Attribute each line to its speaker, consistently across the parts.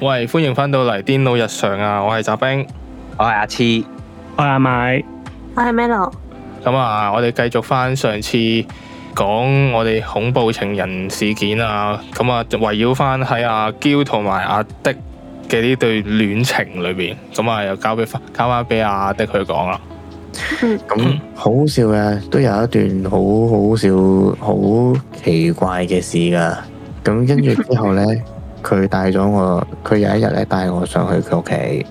Speaker 1: 喂，歡迎翻到嚟《癲佬日常》啊！我係澤兵，
Speaker 2: 我哦係阿黐，
Speaker 3: 我阿買，
Speaker 4: 我係 Melo，
Speaker 1: 咁啊，我哋繼續翻上次講我哋恐怖情人事件啊，咁啊，圍繞翻喺阿嬌同埋阿的嘅呢對戀情裏邊，咁啊，又交俾翻交翻俾阿的去講啦。嗯
Speaker 5: 咁好好笑嘅，都有一段好好笑、好奇怪嘅事噶。咁跟住之 後呢，佢帶咗我，佢有一日咧帶我上去佢屋企，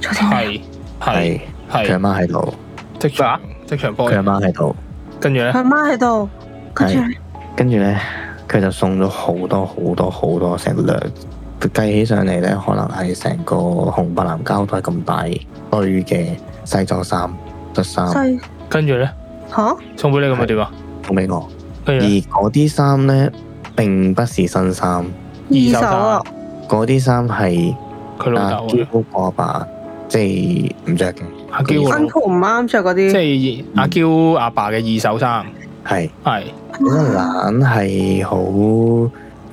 Speaker 4: 早啲嚟
Speaker 1: 係係
Speaker 5: 佢阿
Speaker 1: 係，哦
Speaker 5: 媽喺度，
Speaker 1: 即場即場波
Speaker 5: 佢，阿媽喺度，
Speaker 1: 跟住咧
Speaker 4: 佢媽喺度，跟住
Speaker 5: 係跟住呢，佢就送咗好多好多好多成兩，計起上嚟呢，可能係成個紅白藍膠袋咁大堆嘅西裝衫、恤衫
Speaker 4: 細
Speaker 1: 跟住咧
Speaker 4: 吓
Speaker 1: 送俾你咁啊點啊？
Speaker 5: 送俾我，
Speaker 1: 跟
Speaker 5: 而
Speaker 1: 住呢
Speaker 5: 嗰啲衫呢，並不是新衫，
Speaker 4: 二手啊，
Speaker 5: 嗰啲衫係。啊
Speaker 1: 佢老豆啊
Speaker 5: 嬌我阿爸啊即係唔着嘅，
Speaker 1: 啊，阿嬌老
Speaker 4: uncle 唔啱着嗰
Speaker 1: 即
Speaker 4: 啲，
Speaker 1: 係阿嬌阿爸嘅二手衫，
Speaker 5: 係
Speaker 1: 係
Speaker 5: 咁啊懶係好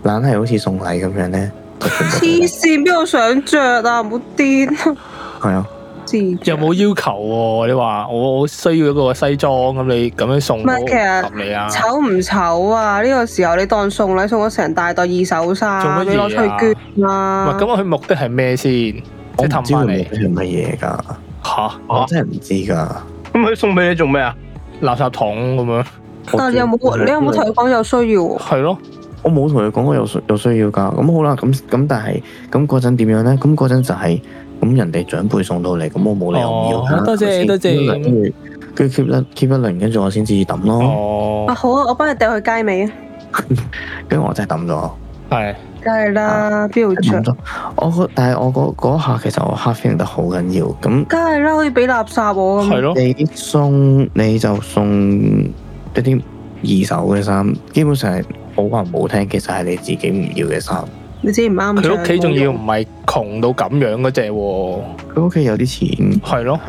Speaker 5: 懶係好似送禮咁樣咧，就全部
Speaker 4: 黐線邊度想着啊，唔好癲，
Speaker 5: 係啊，
Speaker 4: 自
Speaker 1: 又冇要求喎、你話我我需要一個西裝咁，你咁樣送
Speaker 4: 唔係其實
Speaker 1: 好合理啊？
Speaker 4: 醜唔醜啊？呢個時候你當送禮送咗成大袋二手
Speaker 1: 做乜
Speaker 4: 衫，你
Speaker 1: 嘢
Speaker 4: 攞
Speaker 1: 啊
Speaker 4: 出去捐
Speaker 1: 唔
Speaker 4: 啦
Speaker 1: 係，啊咁，佢目的係咩先？即
Speaker 5: 我
Speaker 1: 係
Speaker 5: 唔
Speaker 1: 氹
Speaker 5: 知
Speaker 1: 翻
Speaker 5: 佢目
Speaker 1: 你
Speaker 5: 的啊係乜嘢㗎，
Speaker 1: 哦吓
Speaker 5: 我真係唔知㗎。
Speaker 2: 咁佢送俾你做咩啊？
Speaker 1: 垃圾桶咁樣，
Speaker 4: 但係你有
Speaker 5: 我
Speaker 4: 冇你有冇同佢講有需要
Speaker 5: 哦
Speaker 4: 喎？
Speaker 1: 係咯，
Speaker 5: 我冇同佢講過有需有需要㗎。咁好啦，咁咁但係咁嗰陣點樣咧？咁嗰陣就係、咁人哋長輩送到嚟，咁我冇理由唔要
Speaker 1: 哦
Speaker 5: 㗎啦
Speaker 1: 多謝
Speaker 5: 係咪先
Speaker 1: 多謝
Speaker 5: 跟住跟住 keep 一 keep 一輪，跟住我先至抌咯。
Speaker 4: 啊
Speaker 1: 哦，
Speaker 4: 好啊，我幫你掉去街尾啊，
Speaker 5: 跟住我真係抌咗。
Speaker 4: 啊
Speaker 1: 係
Speaker 4: 梗係
Speaker 1: 啊
Speaker 4: 啦，邊度着
Speaker 1: 嗯
Speaker 5: 咁？多我個但係我嗰嗰下其實我 hard feeling 得好緊要。咁
Speaker 4: 梗係啦，可以俾垃圾我
Speaker 1: 係
Speaker 4: 咁，
Speaker 1: 咯，
Speaker 5: 你送你就送一啲二手嘅衫，基本上係好話唔好聽，其實係你自己唔要嘅衫。
Speaker 4: 你自己唔啱着
Speaker 1: 佢屋企仲要唔係窮到咁樣嗰只喎，
Speaker 5: 佢屋企有啲錢，
Speaker 1: 係咯，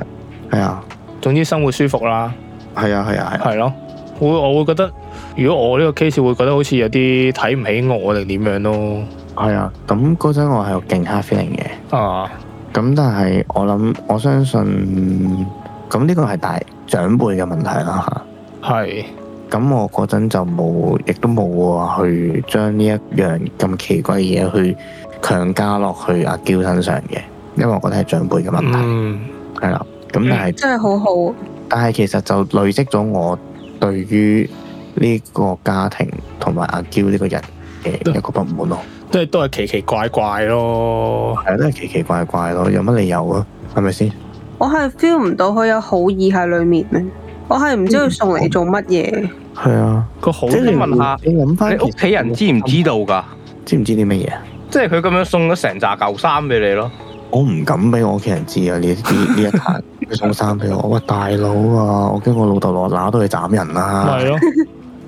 Speaker 5: 係啊，
Speaker 1: 總之生活舒服啦，
Speaker 5: 係啊，係啊，係啊。
Speaker 1: 係咯，會我會覺得，如果我呢個 case 會覺得好似有啲睇唔起我定點樣咯，
Speaker 5: 係啊，咁嗰陣我係有勁 hard feeling 嘅。
Speaker 1: 啊，
Speaker 5: 咁但係我諗，我相信咁呢個係大長輩嘅問題啦嚇。
Speaker 1: 係
Speaker 5: 咁我嗰陣就冇，亦都冇話去將呢一樣咁奇怪嘅嘢去強加落去阿嬌身上嘅，因為我覺得係長輩嘅問題，
Speaker 1: 嗯，
Speaker 5: 係啦、咁但係、
Speaker 4: 真係好好。
Speaker 5: 但係其實就累積咗我對於呢個家庭同埋阿嬌呢個人嘅一個不滿咯，
Speaker 1: 即係都係奇奇怪怪咯，
Speaker 5: 係啊都係奇奇怪怪咯，有乜理由啊？係咪先？
Speaker 4: 我係 feel 唔到佢有好意喺裏面咧，我係唔知佢送嚟做乜嘢。
Speaker 5: 係啊，
Speaker 1: 個好
Speaker 5: 即係
Speaker 2: 你問下
Speaker 5: 你諗翻
Speaker 2: 你屋企人知唔知道㗎？
Speaker 5: 知唔知啲乜嘢啊？
Speaker 2: 即係佢咁樣送咗成扎舊衫俾你咯。
Speaker 5: 我唔敢俾我屋企人知啊！呢呢呢一壇佢送衫俾我，喂大佬啊！我驚我老豆攞拿刀去斬人啊 啦、
Speaker 1: 咪係咯，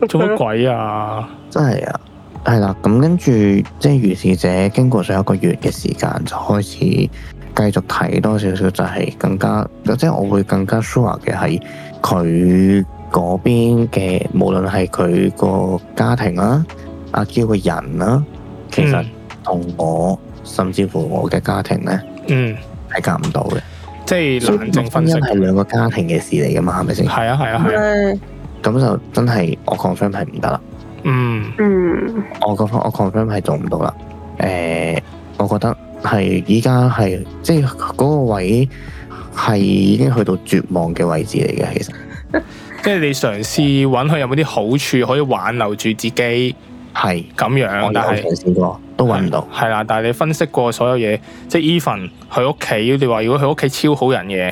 Speaker 1: 做乜鬼啊？
Speaker 5: 真係啊，係啦。咁跟住即係如是者，經過上一個月嘅時間，就開始繼續睇多少少，就係更加即係我會更加 sure 嘅係佢嗰邊嘅，無論係佢個家庭啦、阿嬌個人啦、其實
Speaker 1: 嗯
Speaker 5: 同我甚至乎我嘅家庭咧
Speaker 1: 嗯，
Speaker 5: 係夾唔到嘅。
Speaker 1: 即係冷靜分析，
Speaker 5: 婚姻係
Speaker 1: 係
Speaker 5: 兩個家庭嘅事嚟噶嘛，係咪先？
Speaker 1: 啊係啊係啊，
Speaker 4: 誒，
Speaker 5: 咁就真係我 confirm 係唔得啦，
Speaker 1: 嗯
Speaker 4: 嗯，
Speaker 5: 我 confirm 我 confirm 係做唔到啦。誒、我覺得係依家係即係嗰個位係已經去到絕望嘅位置嚟嘅，其實
Speaker 1: 即係你嘗試揾佢有冇啲好處可以挽留住自己咁
Speaker 5: 係我
Speaker 1: 樣，
Speaker 5: 有
Speaker 1: 但係
Speaker 5: 嘗試過都揾唔到，
Speaker 1: 係啦，但係你分析過所有嘢，即係 even 佢屋企，你話如果佢屋企超好人嘅，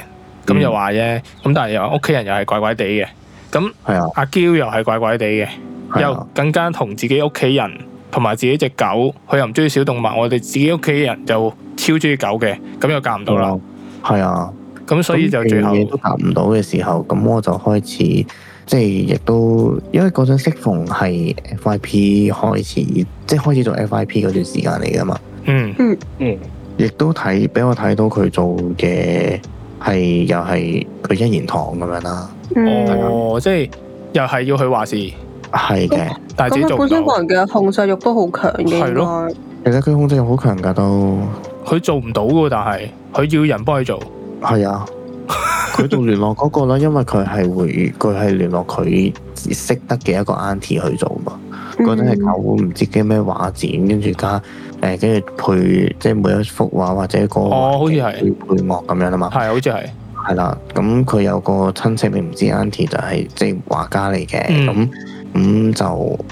Speaker 1: 咁
Speaker 5: 嗯
Speaker 1: 又話啫，咁但係又屋企人又係怪怪地嘅，咁
Speaker 5: 係啊，
Speaker 1: 阿嬌又係怪怪地嘅，
Speaker 5: 係
Speaker 1: 又
Speaker 5: 啊，
Speaker 1: 更加同自己屋企人同埋自己只狗，佢又唔中意小動物，我哋自己屋企人就超中意狗嘅，咁又夾唔到啦，
Speaker 5: 係啊。
Speaker 1: 咁所以就最後
Speaker 5: 咁樣嘢都答唔到嘅時候，咁我就開始即係亦都，因為嗰陣適逢係 FYP 開始，即係開始做 FYP 嗰段時間嚟噶嘛，
Speaker 1: 嗯
Speaker 2: 嗯，
Speaker 5: 亦都睇俾我睇到佢做嘅係又係佢一言堂咁樣啦，啊
Speaker 4: 嗯，
Speaker 1: 哦，即係又係要佢話事，
Speaker 5: 係嘅，
Speaker 1: 但係自己
Speaker 4: 咁
Speaker 1: 做唔
Speaker 4: 佢本身個
Speaker 1: 到，
Speaker 4: 人嘅控制欲都好強嘅，
Speaker 1: 係咯
Speaker 4: 應
Speaker 5: 其實佢控制欲好強㗎都，
Speaker 1: 佢做唔到噶，但係佢要人幫佢做。
Speaker 5: 係啊。佢度聯絡嗰個啦，因為佢係會，佢係聯絡佢識得嘅一個 a u n t i 去做嘛。
Speaker 1: 嗯
Speaker 5: 嗰陣係搞唔知嘅咩畫展，跟住加誒，跟住配即係每一幅畫或者個
Speaker 1: 哦好似係
Speaker 5: 配配樂咁樣啊嘛。
Speaker 1: 係，好似係。
Speaker 5: 係啦，咁佢有個親戚你唔知 a u n t i 就係即係畫家嚟嘅，咁
Speaker 1: 嗯
Speaker 5: 咁、就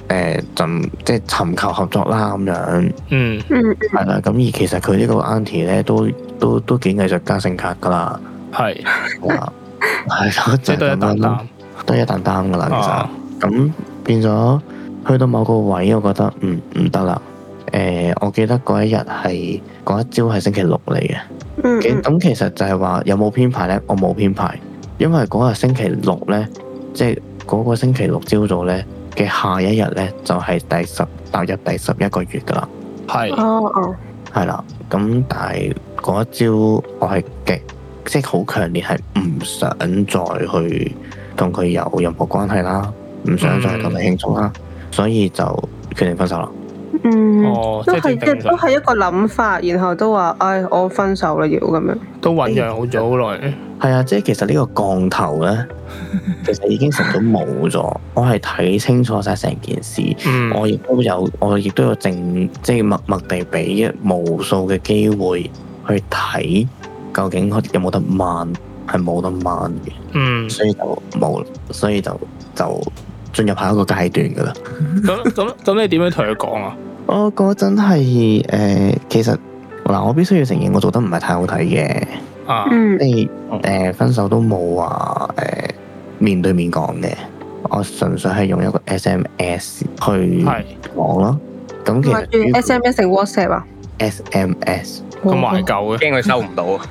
Speaker 5: 誒、就即係尋求合作啦咁樣，
Speaker 1: 嗯
Speaker 4: 嗯，
Speaker 5: 係啦，咁而其實佢呢個 a u n t i 咧都都都幾藝術家性格噶啦，
Speaker 1: 係，
Speaker 5: 係啦係咯，
Speaker 1: 即
Speaker 5: 就
Speaker 1: 係
Speaker 5: 係
Speaker 1: 都一
Speaker 5: 咁
Speaker 1: 啖啖。
Speaker 5: 樣咯，都一擔擔噶啦
Speaker 1: 啊，
Speaker 5: 其實，咁變咗去到某個位，我覺得唔唔得啦。誒、我記得嗰一日係嗰一朝係星期六嚟嘅。
Speaker 4: 嗯
Speaker 5: 其咁其實就係話有冇編排呢？我冇編排，因為嗰日星期六呢，即係嗰個星期六朝早呢嘅下一日呢，就係、第十踏入第十一個月噶啦，
Speaker 4: 嗯
Speaker 1: 係，
Speaker 4: 哦哦，
Speaker 5: 係啦。咁但係嗰一朝我係極即係好強烈係唔想再去同佢有任何關係啦，唔想再同佢慶祝啦，所以就決定分手啦。
Speaker 4: 嗯，
Speaker 1: 哦，即
Speaker 4: 都
Speaker 1: 係
Speaker 4: 係
Speaker 1: 正
Speaker 4: 一都
Speaker 1: 常，
Speaker 4: 係一個諗法，然後都話，唉，我分手啦，要咁樣。
Speaker 1: 都醖釀好咗好耐。
Speaker 5: 係啊，即係其實呢個降頭 呢，其實已經成咗冇咗。我係睇清楚晒成件事，
Speaker 1: 嗯，
Speaker 5: 我亦都有，我亦都有靜，即係默默地俾無數嘅機會去睇，究竟有冇得慢，係冇得慢嘅，
Speaker 1: 嗯，
Speaker 5: 所以就冇，所以就就進入下一個階段噶啦。
Speaker 1: 咁咁咁，你點樣同佢講啊？
Speaker 5: 我嗰陣係誒，其實嗱，我必須要承認，我做得唔係太好睇嘅，
Speaker 1: 啊，
Speaker 4: 嗯
Speaker 5: 即係誒呃分手都冇話誒面對面講嘅，我純粹係用一個 SMS
Speaker 4: 嗯
Speaker 5: 去
Speaker 1: 係
Speaker 5: 講咯。咁其
Speaker 4: 咪
Speaker 5: 實
Speaker 4: 住 SMS 定 WhatsApp 啊？
Speaker 5: SMS
Speaker 1: 咁懷舊嘅，
Speaker 2: 驚佢收唔 到啊！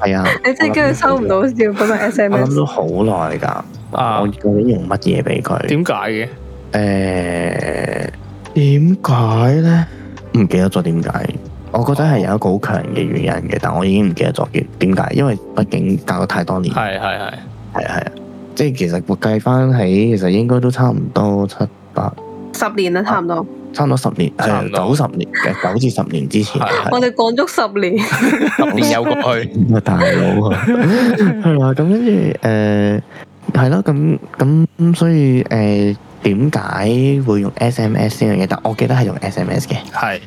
Speaker 5: 係啊，
Speaker 4: 你真係驚佢收唔到笑嗰個
Speaker 5: 我諗
Speaker 4: SMS。
Speaker 5: 咗好耐㗎，
Speaker 1: 啊
Speaker 5: 我，究竟用乜嘢俾佢？誒
Speaker 1: 點解嘅？
Speaker 5: 點解咧？唔記得咗點解。我覺得係有一個好強嘅原因嘅，但我已經唔記得咗嘅點解，因為畢竟隔咗太多年，係
Speaker 1: 係係係，
Speaker 5: 係啊，即係其實我計翻起，其實應該都差唔多七八，
Speaker 4: 十年啦，差唔多。
Speaker 5: 差唔多十年，
Speaker 1: 差唔
Speaker 5: 係啊
Speaker 1: 多
Speaker 5: 九十年嘅九至十年之前，
Speaker 1: 係啊
Speaker 5: 係
Speaker 4: 我哋講足十年，
Speaker 2: 十年有過 去，
Speaker 5: 咁 啊大佬啊，係啦，咁跟住誒係咯，咁咁所以誒點解會用 SMS 呢樣嘢？但我記得係用 SMS 嘅，
Speaker 1: 係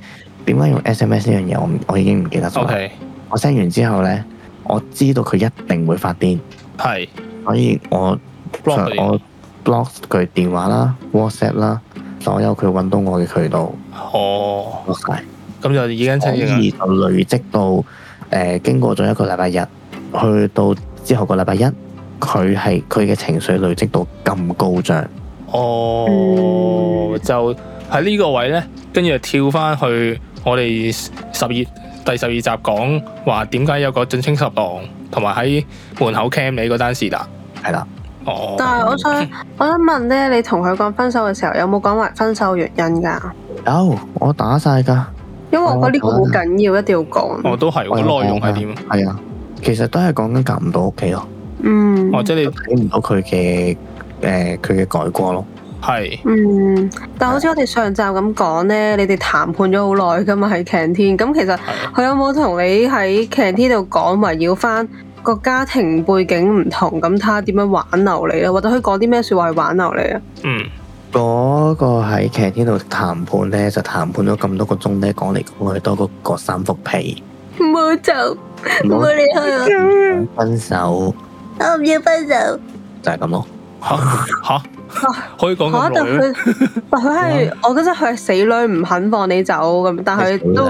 Speaker 5: 點解用 SMS 呢樣嘢？我唔我已經唔記得咗啦。
Speaker 1: ，OK，
Speaker 5: 我 send 完之後咧，我知道佢一定會發癲，
Speaker 1: 係
Speaker 5: 所以我
Speaker 1: block 佢哋
Speaker 5: 我 block 佢電話啦、WhatsApp 啦，所有佢揾到我嘅渠道
Speaker 1: 哦，
Speaker 5: block 曬。
Speaker 1: 咁就已經
Speaker 5: 所
Speaker 1: 清醒啦
Speaker 5: 以就累積到誒、呃、經過咗一個禮拜日，去到之後個禮拜一，佢係佢嘅情緒累積到咁高漲，
Speaker 1: 哦，就喺呢個位呢，跟住就跳翻去我哋十二第十二集講話點解有個進清十郎，同埋喺門口 cam 你嗰單事啦。
Speaker 5: 係啦，
Speaker 1: 哦，嗯
Speaker 4: 但係我想，我想問咧，你同佢講分手嘅時候，有冇講埋分手原因㗎？
Speaker 5: 有哦我打晒㗎，
Speaker 4: 因為我覺得呢個好緊要，一定要
Speaker 1: 我
Speaker 4: 講。
Speaker 1: 哦都係，
Speaker 5: 我
Speaker 1: 個
Speaker 5: 有
Speaker 1: 內容係
Speaker 5: 講㗎
Speaker 1: 點？？
Speaker 5: 係啊，其實都係講緊夾唔到屋企咯，
Speaker 4: 嗯，
Speaker 1: 哦，即係你
Speaker 5: 睇唔到佢嘅誒佢嘅改過咯，
Speaker 1: 係
Speaker 4: 嗯，但好似我哋上集咁講咧，你哋談判咗好耐㗎嘛，喺 canteen。咁其實
Speaker 1: 係啊
Speaker 4: 佢有冇同你喺 canteen 度講圍繞翻個家庭背景唔同，咁睇下點樣挽留你啊？或者佢講啲咩説話去挽留你啊？
Speaker 1: 嗯
Speaker 5: 嗰個喺劇天度談判咧，就談判咗咁多個鐘咧，講嚟講去都嗰個三幅 被，
Speaker 4: 唔好走，
Speaker 5: 唔好
Speaker 4: 離開我，
Speaker 5: 想分手
Speaker 4: 我唔要分手。
Speaker 5: 就係咁咯。
Speaker 1: 吓吓，可 以講
Speaker 4: 嚇！
Speaker 1: 咁
Speaker 4: 但
Speaker 1: 耐咩？啊
Speaker 4: 佢但佢係我嗰陣佢係死女唔肯放你走咁，但係佢都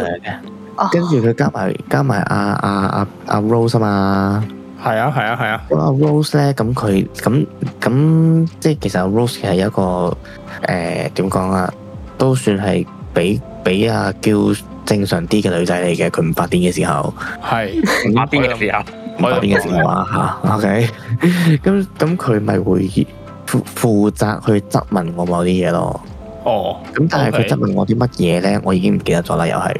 Speaker 4: 哦
Speaker 5: 跟住佢加埋加埋阿阿阿阿 Rose 啊嘛，
Speaker 1: 係啊係啊係啊，
Speaker 5: 咁阿 Rose 咧，咁佢咁咁即係其實阿 Rose 係一個誒點講啊，都算係比比阿嬌正常啲嘅女仔嚟嘅，佢唔發癲嘅時候，
Speaker 1: 係
Speaker 2: 打邊嘅時候，
Speaker 5: 唔發癲嘅時候啊嚇，OK，咁咁佢咪會負負責去質問我某啲嘢咯，
Speaker 1: 哦。
Speaker 5: 咁但係
Speaker 1: OK
Speaker 5: 佢質問我啲乜嘢咧，我已經唔記得咗啦，又係。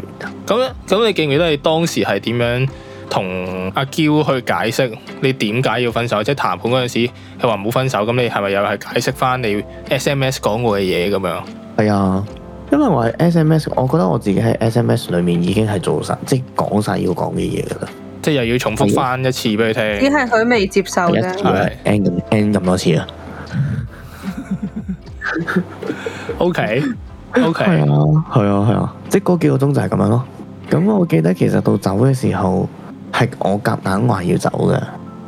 Speaker 1: 咁咁，你記唔記得你當時係點樣同阿嬌去解釋你點解要分手？即係談判嗰陣時，佢話唔好分手，咁你係咪又係解釋翻你 SMS 講過嘅嘢咁樣？
Speaker 5: 係啊，因為話 SMS，我覺得我自己喺 SMS 裏面已經係做晒，即係講晒要講嘅嘢㗎啦。
Speaker 1: 即係又要重複翻一次俾佢
Speaker 4: 只
Speaker 5: 啊
Speaker 1: 聽。
Speaker 4: 係佢未接受
Speaker 5: 一
Speaker 1: 啊
Speaker 4: 啫。
Speaker 5: 次係 N 咁 N 咁多次啊。
Speaker 1: O K O
Speaker 5: 係
Speaker 1: K，
Speaker 5: 啊，係啊，係啊，即係嗰幾個鐘就係咁樣咯。咁我記得其實到走嘅時候係我夾硬話要走嘅，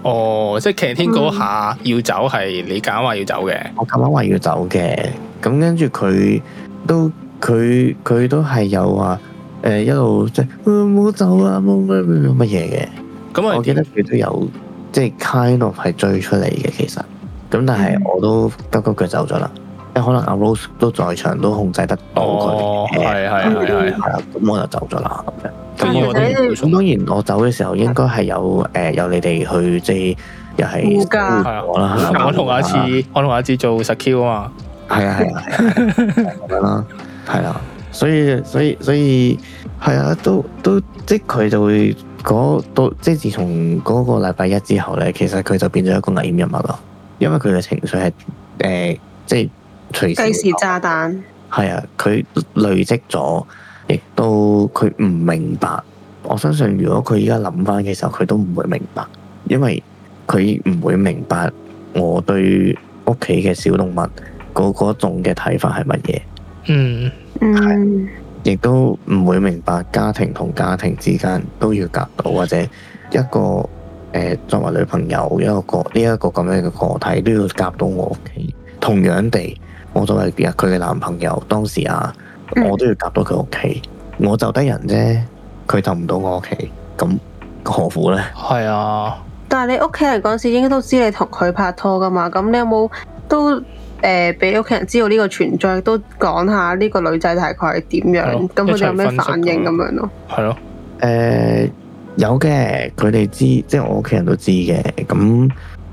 Speaker 1: 哦，即係擎天嗰
Speaker 5: 嗯
Speaker 1: 下要走係你揀話要走嘅。
Speaker 5: 我夾硬話要走嘅。咁跟住佢都佢佢都係有話誒、一路即係啊唔好走啊冇乜乜乜乜嘢嘅。
Speaker 1: 咁啊，
Speaker 5: 我記得佢都有即係 kind of 係追出嚟嘅，其實咁但
Speaker 1: 嗯
Speaker 5: 係我都急急腳走咗啦，即係可能阿 Rose 都在場都控制得到
Speaker 1: 哦
Speaker 5: 佢，嘅，
Speaker 1: 係係係係，
Speaker 5: 係啦，咁我就走咗啦咁樣。
Speaker 1: 咁
Speaker 4: 但係
Speaker 1: 我都要
Speaker 5: 咁
Speaker 1: 重
Speaker 5: 當然我走嘅時候應該係有誒、有你哋去即係又係
Speaker 4: 護駕
Speaker 5: 護我啦，啊係嘛
Speaker 1: 啊我同阿志，我同阿志做 secure 啊
Speaker 5: 係啊係啊係啊係啊咁樣啦，係啦，所以所以所以係啊，都都即係佢就會嗰到即係自從嗰個禮拜一之後咧，其實佢就變咗一個危險人物咯，因為佢嘅情緒係誒即係
Speaker 4: 計
Speaker 5: 隨
Speaker 1: 啊
Speaker 4: 時
Speaker 5: 時
Speaker 4: 炸彈，
Speaker 5: 係啊，佢累積咗，亦都佢唔明白。我相信如果佢依家諗翻嘅時候，佢都唔會明白，因為佢唔會明白我對屋企嘅小動物嗰嗰種嘅睇法係乜嘢，
Speaker 1: 嘛。嗯，
Speaker 4: 嗯，
Speaker 5: 亦都唔會明白家庭同家庭之間都要夾到，或者一個誒、呃作為女朋友一個個呢一個咁樣嘅個體都要夾到我屋企。同樣地，我作為佢嘅男朋友，當時啊〜
Speaker 4: 嗯
Speaker 5: 我都要夾到佢屋企，我就得人啫，佢就唔到我屋企，咁何苦呢？
Speaker 1: 係啊。
Speaker 4: 但係你屋企人嗰陣時應該都知你同佢拍拖噶嘛？咁你有冇都誒俾屋企人知道呢個存在，都講下呢個女仔大概係點
Speaker 1: 係
Speaker 4: 樣？
Speaker 1: 咯
Speaker 4: 咁佢哋有咩
Speaker 1: 一齊分析
Speaker 4: 反應咁樣咯？
Speaker 1: 係咯，
Speaker 5: 诶、呃有嘅，佢哋知，即系我屋企人都知嘅。咁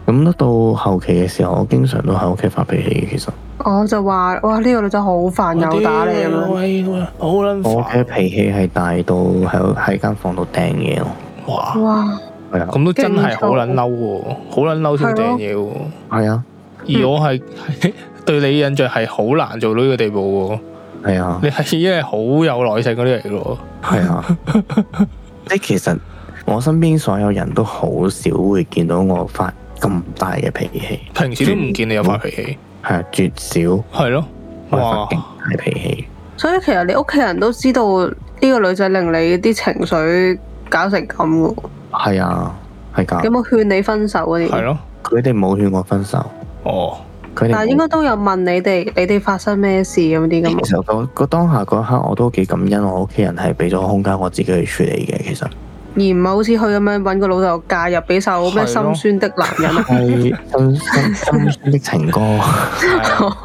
Speaker 5: 咁到後期嘅時候，我經常都喺屋企發脾氣嘅。其實
Speaker 4: 我哦就話哇，呢、個女仔好煩，又打你咁樣。
Speaker 1: 喂，好撚
Speaker 5: 我
Speaker 1: 煩，
Speaker 5: 嘅脾氣係大到喺喺間房度掟嘢咯。
Speaker 1: 哇！
Speaker 4: 哇！
Speaker 5: 係啊，
Speaker 1: 咁都真係好撚嬲喎，好撚嬲先掟嘢喎。
Speaker 5: 係啊，
Speaker 1: 而我 係對你印象係好難做到呢個地步喎，
Speaker 5: 係啊，
Speaker 1: 你係因為好有耐性嗰啲嚟嘅喎。
Speaker 5: 係 啊。即係其實我身邊所有人都好少會見到我發咁大嘅脾氣，
Speaker 1: 平時都唔見你有發脾氣，
Speaker 5: 係啊，絕少
Speaker 1: 係咯，
Speaker 5: 會發
Speaker 1: 哇！
Speaker 5: 勁大脾氣。
Speaker 4: 所以其實你屋企人都知道呢個女仔令你啲情緒搞成咁嘅喎，
Speaker 5: 係啊，係噶
Speaker 4: 有。冇勸你分手嗰
Speaker 1: 係
Speaker 4: 啲？
Speaker 1: 咯，
Speaker 5: 佢哋冇勸我分手，
Speaker 1: 哦，
Speaker 5: 佢哋
Speaker 4: 但係應
Speaker 5: 冇
Speaker 4: 該都有問你哋，你哋發生咩事咁啲咁。
Speaker 5: 其實我個當下嗰一刻，我都幾感恩我屋企人係俾咗空間我自己去處理嘅。其實
Speaker 4: 而唔係好似佢咁樣揾個老豆嫁入俾首咩
Speaker 1: 係咯
Speaker 4: 心酸的男人啊！
Speaker 5: 係心心心酸的情歌，
Speaker 1: 係啊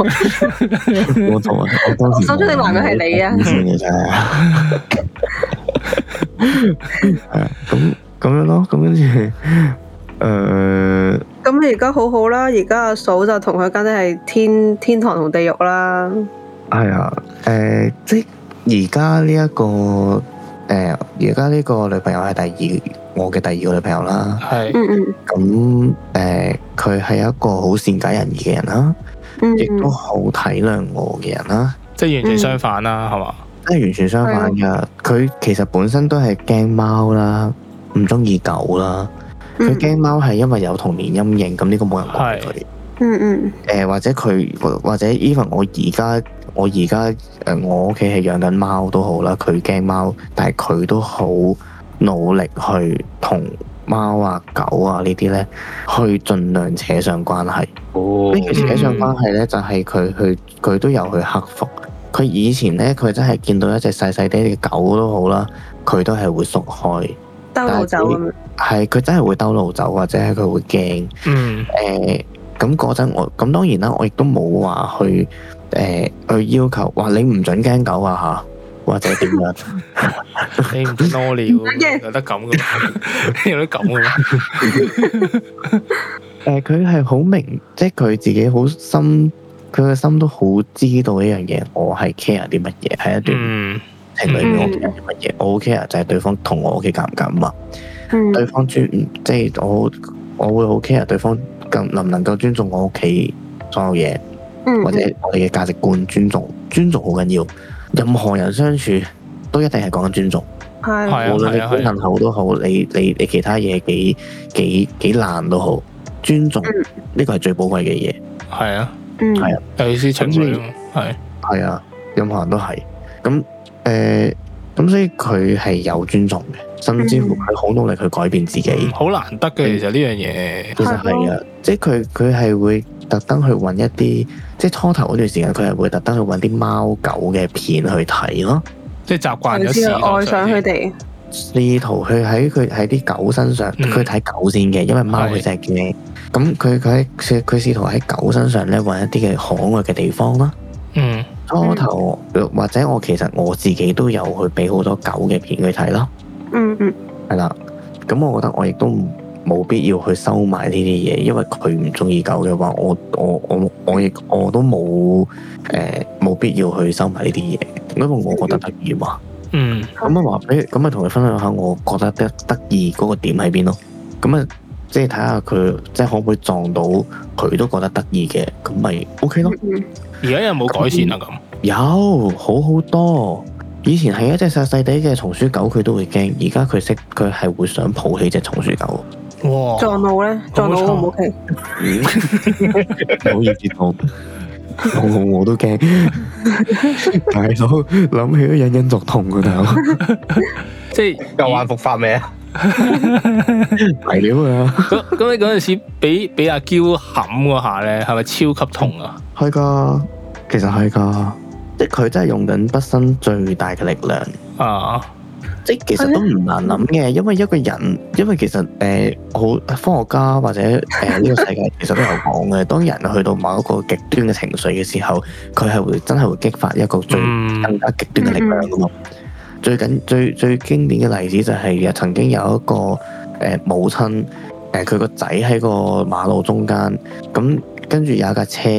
Speaker 5: 我同我當時
Speaker 4: 我心酸的男人係你啊
Speaker 5: 唔算嘅啫，係啊咁咁樣咯，咁跟住誒
Speaker 4: 咁你而家好好啦，而家阿嫂就同佢簡直係天天堂同地獄啦。
Speaker 5: 係啊誒，即係而家呢一個誒而家呢個女朋友係第二我嘅第二個女朋友啦。
Speaker 1: 係，
Speaker 4: 嗯嗯
Speaker 5: 咁誒，佢係、一個好善解人意嘅人啦，
Speaker 4: 嗯，
Speaker 5: 亦都好體諒我嘅人啦，
Speaker 1: 即係完全相反啦，係嘛？
Speaker 5: 即係完全相反㗎。佢其實本身都係驚貓啦，唔中意狗啦。佢
Speaker 4: 嗯
Speaker 5: 驚貓係因為有童年陰影，咁呢個冇人幫佢。
Speaker 4: 嗯嗯
Speaker 5: 誒、或者佢或或者 even 我而家我而家誒我屋企係養緊貓都好啦，佢驚貓，但係佢都好努力去同貓啊狗啊呢啲咧，去盡量扯上關係。
Speaker 2: 哦
Speaker 5: 呢其實扯上關係咧，就係佢去佢都有去克服。佢以前咧，佢真係見到一隻細細啲嘅狗都好啦，佢都係會縮開，
Speaker 4: 嗯，兜路走咁樣。
Speaker 5: 係佢真係會兜路走，或者係佢會驚。
Speaker 1: 嗯，
Speaker 5: 誒咁嗰陣我咁當然啦，我亦都冇話去誒、去要求話你唔准驚狗啊嚇，或者點樣
Speaker 1: 你唔准屙尿，有得咁嘅 咩，有得咁嘅咩？
Speaker 5: 誒佢係好明，即係佢自己好心，佢嘅心都好知道呢樣嘢，我係 care 啲乜嘢係一段。
Speaker 1: 嗯，
Speaker 5: 情侶面我其實係乜嘢，我 o care 就係對方同我屋企夾唔夾啊嘛。對
Speaker 4: 嗯
Speaker 5: 方尊即係我我會好 care 對方咁能唔能夠尊重我屋企所有嘢，
Speaker 4: 嗯，
Speaker 5: 或者我哋嘅價值觀尊重，尊重好緊要。任何人相處都一定係講緊尊重。
Speaker 1: 係
Speaker 4: 係
Speaker 1: 啊
Speaker 5: 無論你
Speaker 1: 係啊係
Speaker 5: 本
Speaker 1: 啊
Speaker 5: 人好都好，你你你其他嘢幾幾幾爛都好，尊重
Speaker 4: 嗯
Speaker 5: 呢個係最寶貴嘅嘢。
Speaker 1: 係啊，
Speaker 4: 嗯
Speaker 5: 係啊
Speaker 1: 尤其是情侶啊嘛，係
Speaker 5: 係啊，任何人都係。咁誒，咁、所以佢係有尊重嘅，甚至乎
Speaker 4: 嗯
Speaker 5: 佢好努力去改變自己。
Speaker 1: 嗯好難得嘅，其實呢樣嘢
Speaker 5: 其實係啊，即係佢佢係會特登去揾一啲，即係初頭嗰段時間，佢係會特登去揾啲貓狗嘅片去睇咯，
Speaker 1: 即係習慣
Speaker 4: 就
Speaker 1: 咗
Speaker 4: 知
Speaker 1: 視
Speaker 4: 道愛
Speaker 1: 覺上
Speaker 4: 上佢
Speaker 1: 先
Speaker 4: 哋，
Speaker 5: 試圖去喺佢喺啲狗身上，
Speaker 1: 嗯
Speaker 5: 佢睇、狗先嘅，因為貓佢
Speaker 1: 係
Speaker 5: 只嘅，咁佢佢喺佢佢試圖喺狗身上咧揾一啲嘅可愛嘅地方啦。
Speaker 1: 嗯
Speaker 5: 初頭或者我其實我自己都有去俾好多狗嘅片佢睇咯，
Speaker 4: 嗯嗯
Speaker 5: 係啦，咁我覺得我亦都唔冇必要去收埋呢啲嘢，因為佢唔中意狗嘅話，我我我我亦我都冇誒冇必要去收埋呢啲嘢，因為我覺得得意嘛。
Speaker 1: 嗯
Speaker 5: 咁咪話俾咁咪啊同佢分享下，我覺得得得意嗰個點喺邊咯。咁啊，即係睇下佢即係可唔可以撞到佢都覺得得意嘅，咁咪 OK 咯。
Speaker 4: 嗯
Speaker 1: 而家有冇改善啊？咁
Speaker 5: 有好好多，以前係一隻細細地嘅松鼠狗，佢都會驚，而家佢識佢係會想抱起只松鼠狗。
Speaker 4: 嗯撞
Speaker 1: 哇，
Speaker 4: 路咧，撞路 O 唔 OK？
Speaker 5: 唔好意思，我我我都驚，大佬諗起都隱隱作痛噶，大佬
Speaker 1: 即係
Speaker 2: 夠玩復發未啊？
Speaker 5: 嚟料啊！
Speaker 1: 咁咁你嗰陣時俾俾阿嬌冚嗰下咧，係咪超級痛啊？
Speaker 5: 係噶，其實係噶，即係佢真係用緊畢生最大嘅力量。
Speaker 1: 啊，
Speaker 5: 即係 其實都唔難諗嘅，因為一個人，因為其實誒好、科學家或者誒呢、個世界其實都有講嘅，當人去到某一個極端嘅情緒嘅時候，佢係會真係會激發一個最
Speaker 1: 嗯
Speaker 5: 更加極端嘅力量噶嘛。最緊最最經典嘅例子就係、曾經有一個誒、母親誒佢個仔喺個馬路中間，咁跟住有架車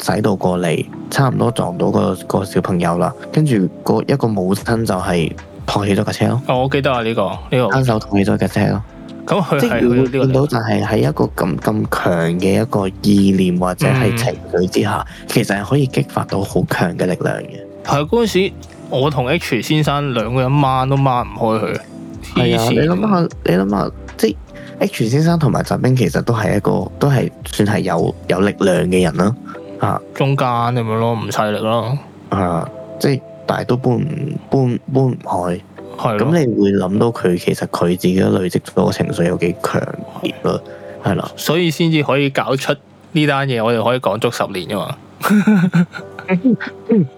Speaker 5: 駛到過嚟，差唔多撞到個個小朋友啦，跟住個一個母親就係托起咗架車咯。
Speaker 1: 哦我記得啊呢個呢
Speaker 5: 單
Speaker 1: 個，
Speaker 5: 手同起咗架車咯，
Speaker 1: 咁佢
Speaker 5: 即
Speaker 1: 係
Speaker 5: 係你會
Speaker 1: 去到
Speaker 5: 見
Speaker 1: 呢
Speaker 5: 到
Speaker 1: 個
Speaker 5: 就係喺一個咁咁強嘅一個意念或者
Speaker 1: 嗯
Speaker 5: 係情緒之下，其實係可以激發到好強嘅力量嘅。
Speaker 1: 係嗰陣時，我同 H 先生兩個人掹都掹唔開佢，
Speaker 5: 係
Speaker 1: 黐
Speaker 5: 啊，
Speaker 1: 線
Speaker 5: 你諗下，你諗下，即係 H 先生同埋澤兵其實都係一個都係算係有有力量嘅人啦，
Speaker 1: 中間咁樣咯，唔勢力咯，
Speaker 5: 啊，即係但係都搬唔搬搬唔開，
Speaker 1: 係
Speaker 5: 咁
Speaker 1: 咯。
Speaker 5: 你會諗到佢其實佢自己都累積咗個情緒有幾強烈咯，係啦。
Speaker 1: 所以先至可以搞出呢單嘢，我哋可以講足十年啫嘛。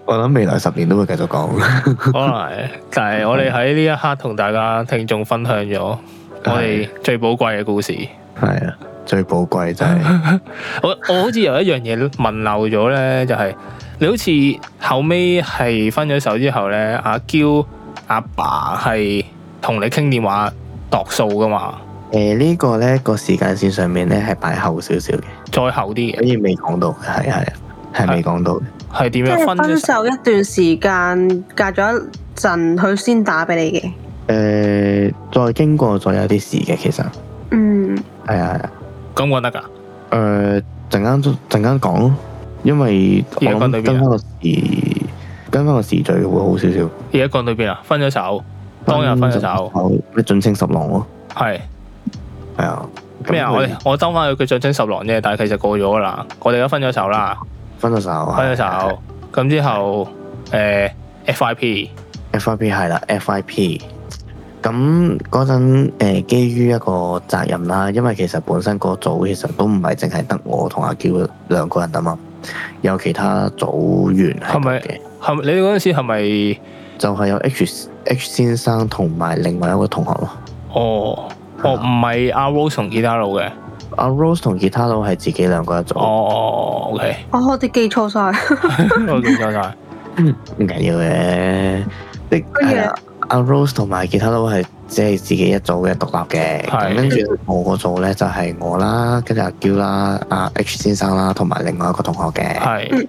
Speaker 5: 我諗未來十年都會繼續講。
Speaker 1: 可能係，但係我哋喺呢一刻同大家聽眾分享咗我哋最寶貴嘅故事。
Speaker 5: 係啊，最寶貴就係、
Speaker 1: 我我好似有一樣嘢問漏咗咧，就係、你好似後尾係分咗手之後咧，阿嬌阿爸係同你傾電話度數噶嘛，
Speaker 5: 誒呢個咧個時間線上面咧係擺後少少嘅，
Speaker 1: 再後啲嘅
Speaker 5: 所以未講到，係係係未講到嘅，
Speaker 1: 係點
Speaker 4: 即
Speaker 1: 樣
Speaker 4: 係
Speaker 1: 分
Speaker 4: 分
Speaker 1: 咗手？
Speaker 4: 手一段時間，隔咗一陣，佢先打俾你嘅。
Speaker 5: 誒、再經過咗有啲事嘅，其實啊
Speaker 4: 嗯，
Speaker 5: 係啊係啊，
Speaker 1: 咁講得㗎？
Speaker 5: 誒呃陣間都陣間講咯，因為我
Speaker 1: 而家講到
Speaker 5: 諗
Speaker 1: 邊啊
Speaker 5: 跟翻個時跟翻個時序會好少少。
Speaker 1: 而家講到邊啊？分咗手，當日分咗手，，
Speaker 5: 咩盡清十郎咯，
Speaker 1: 係。
Speaker 5: 係啊，咁
Speaker 1: 咩啊？
Speaker 5: 佢
Speaker 1: 我哋我兜翻去佢最真十郎啫，但係其實過咗㗎啦。我哋而家分咗手啦，
Speaker 5: 分咗手，啊
Speaker 1: 分咗手。咁之後誒 FIP
Speaker 5: FIP 係啦，FIP。咁嗰陣誒，基於一個責任啦，因為其實本身個組其實都唔係淨係得我同阿嬌兩個人啊嘛，有其他組員喺
Speaker 1: 係
Speaker 5: 度
Speaker 1: 咪
Speaker 5: 嘅，
Speaker 1: 係咪你嗰陣時係咪？
Speaker 5: 就係有 H H 先生同埋另外一個同學咯。
Speaker 1: 哦哦，唔係阿 Rose 同吉他佬嘅。
Speaker 5: 阿 Rose 同吉他佬係自己兩個一組，唔、
Speaker 1: 哦，OK，
Speaker 4: 哦，我哋記錯晒，
Speaker 1: 我記錯晒。
Speaker 5: 緊要嘅。即
Speaker 4: 乜嘢
Speaker 5: 係啦阿 Rose 同埋吉他佬係即係自己一組嘅獨立嘅，
Speaker 1: 係
Speaker 5: 咁跟住我個組咧就係我啦，跟住阿嬌啦、阿 H 先生啦，同埋另外一個同學嘅。
Speaker 1: 係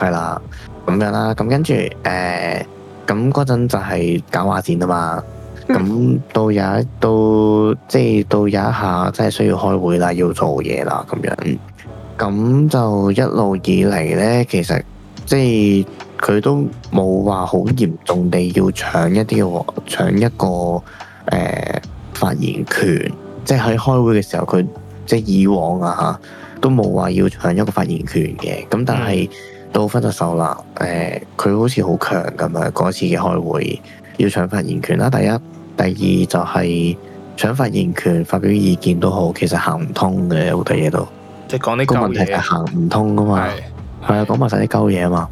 Speaker 5: 係啦，咁樣啦，咁跟住誒，呃咁嗰陣就係搞畫展啊嘛，
Speaker 4: 嗯
Speaker 5: 咁到有一到即係到有一下，真係需要開會啦，要做嘢啦，咁樣，咁就一路以嚟咧，其實即係佢佢都冇話好嚴重地要搶一啲喎搶一個誒、呃、發言權，即係喺開會嘅時候，佢即係以往啊嚇都冇話要搶一個發言權嘅。咁但係到分咗手啦，誒、佢好似好強咁樣嗰次嘅開會要搶發言權啦。第一，第二就係、搶發言權發表意見都好，其實行唔通嘅好多嘢都
Speaker 1: 即係講呢
Speaker 5: 個
Speaker 1: 嚿
Speaker 5: 問題係
Speaker 1: 嘢
Speaker 5: 行唔通噶嘛，
Speaker 1: 係
Speaker 5: 係啊講埋晒啲鳩嘢啊嘛。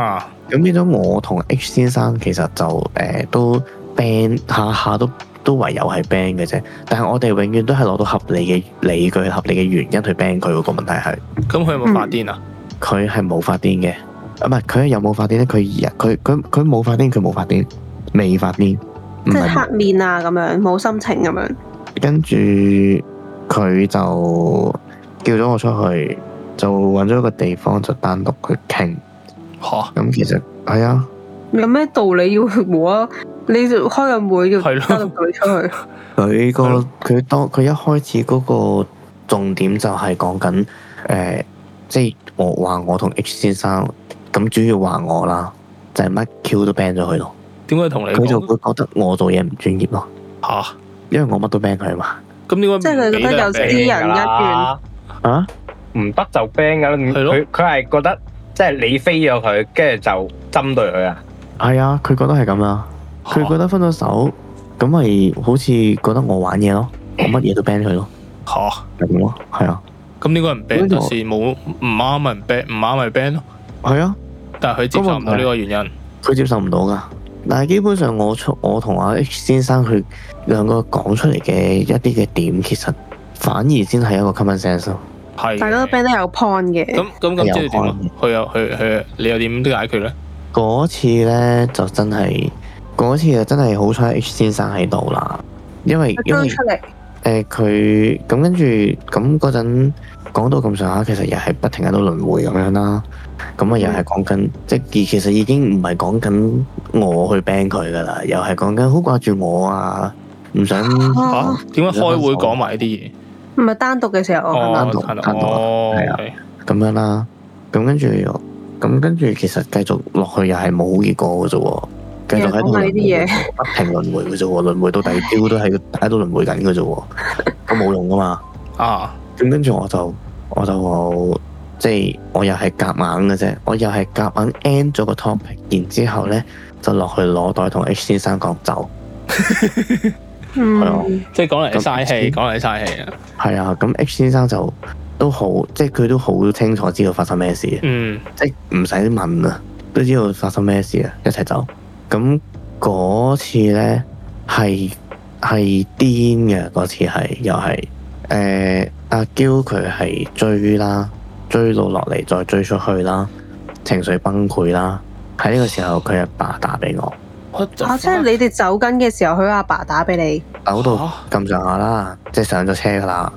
Speaker 1: 啊，
Speaker 5: 咁變咗我同 H 先生其實就誒、呃都 ban 下下都都唯有係 ban 嘅啫，但係我哋永遠都係攞到合理嘅理據、合理嘅原因去 ban 佢喎。個問題係
Speaker 1: 咁佢有冇發癲啊？
Speaker 5: 佢係冇發癲嘅，啊唔係佢有冇發癲咧？佢佢佢佢冇發癲，佢冇發癲，未發癲，唔
Speaker 4: 即
Speaker 5: 係
Speaker 4: 係黑面啊咁樣，冇心情咁樣。
Speaker 5: 跟住佢就叫咗我出去，就揾咗一個地方就單獨去傾。嗯
Speaker 1: 嚇，
Speaker 5: 咁其實係啊，
Speaker 4: 有咩道理要冇啊？你就開緊會要
Speaker 1: 係咯
Speaker 4: 單獨佢出去，
Speaker 5: 佢
Speaker 1: 係
Speaker 5: 個
Speaker 1: 咯
Speaker 5: 佢當佢一開始嗰個重點就係講緊誒，即係我話我同 H 先生咁主要話我啦，就係、乜 Q 都 ban 咗佢咯。
Speaker 1: 點解同你
Speaker 5: 佢就
Speaker 1: 講
Speaker 5: 會覺得我做嘢唔專業咯，
Speaker 1: 嚇？
Speaker 5: 因為我乜都 ban 佢嘛。
Speaker 1: 咁點解
Speaker 4: 即係佢覺得有
Speaker 1: 唔俾
Speaker 4: 私
Speaker 1: 你入
Speaker 4: 人
Speaker 1: 嚟
Speaker 4: 恩怨
Speaker 5: 啊，
Speaker 2: 唔得就 ban 噶啦。
Speaker 1: 係咯
Speaker 2: 佢佢係覺得即係你飛咗佢，跟住就針對佢啊。
Speaker 5: 係啊，佢覺得係咁啊，佢覺得分咗手咁咪好似覺得我玩嘢咯，我乜嘢都 ban 佢咯，
Speaker 1: 嚇嚇
Speaker 5: 係咁咯，係啊，
Speaker 1: 咁點解唔
Speaker 5: 咁
Speaker 1: ban
Speaker 5: 就
Speaker 1: 就是冇唔啱咪唔 ban，唔啱咪 ban 咯？
Speaker 5: 係啊。
Speaker 1: 但係佢接受唔到呢個原因，
Speaker 5: 佢接受唔到噶。但係基本上我出我同阿 H 先生佢兩個講出嚟嘅一啲嘅點，其實反而先係一個 common sense 咯。
Speaker 1: 係
Speaker 4: 大家都 band 得有 point 嘅。
Speaker 1: 咁咁咁即係點啊
Speaker 5: 有可能？
Speaker 1: 佢又佢佢你又點解決咧？
Speaker 5: 嗰次呢，就真係嗰次就真係好彩 H 先生喺度啦，因為
Speaker 4: 佢
Speaker 5: 因
Speaker 4: 追
Speaker 5: 為
Speaker 4: 出嚟，
Speaker 5: 誒佢咁跟住咁嗰陣講到咁上下，其實又係不停喺度輪迴咁樣啦。咁啊，又
Speaker 4: 嗯
Speaker 5: 係講緊，即係其實已經唔係講緊我去 ban 佢噶啦，又係講緊好掛住我啊，唔想
Speaker 1: 嚇
Speaker 4: 哦，
Speaker 1: 點解開會講埋呢啲嘢？
Speaker 4: 唔係單獨嘅時候，係嘛
Speaker 1: 哦，
Speaker 5: 單獨
Speaker 1: 單獨
Speaker 5: 單獨啊
Speaker 1: 哦
Speaker 5: 係啊
Speaker 1: OK
Speaker 5: 咁樣啦。咁跟住，咁跟住其實繼續落去又係冇好結果嘅啫喎，繼續喺
Speaker 4: 又係講
Speaker 5: 度
Speaker 4: 埋呢啲嘢
Speaker 5: 輪迴不停輪迴嘅啫喎，輪迴到第二朝都 喺喺度輪迴緊嘅啫喎，咁冇用噶嘛。
Speaker 1: 啊，
Speaker 5: 咁跟住我就我就即係我又係夾硬嘅啫，我又係夾硬 end 咗個 topic，然之後咧就落去攞袋同 H 先生講走。係啊
Speaker 4: 嗯，
Speaker 1: 即係講嚟
Speaker 5: 咁
Speaker 1: 嘥氣，
Speaker 5: 先
Speaker 1: 講嚟嘥氣啊！
Speaker 5: 係啊，咁 H 先生就都好，即係佢都好清楚知道發生咩事，
Speaker 1: 嗯，
Speaker 5: 即係唔使問啊，都知道發生咩事啊，一齊走。咁嗰次咧係係癲嘅，嗰次係又係誒阿嬌佢係追啦，追到落嚟再追出去啦，情緒崩潰啦。喺呢個時候，佢阿爸打俾我，
Speaker 1: 我就
Speaker 4: 啊，即係你哋走緊嘅時候，佢阿爸打俾你，
Speaker 5: 扭到
Speaker 1: 嚇
Speaker 5: 咁上下啦，即係上咗車噶啦，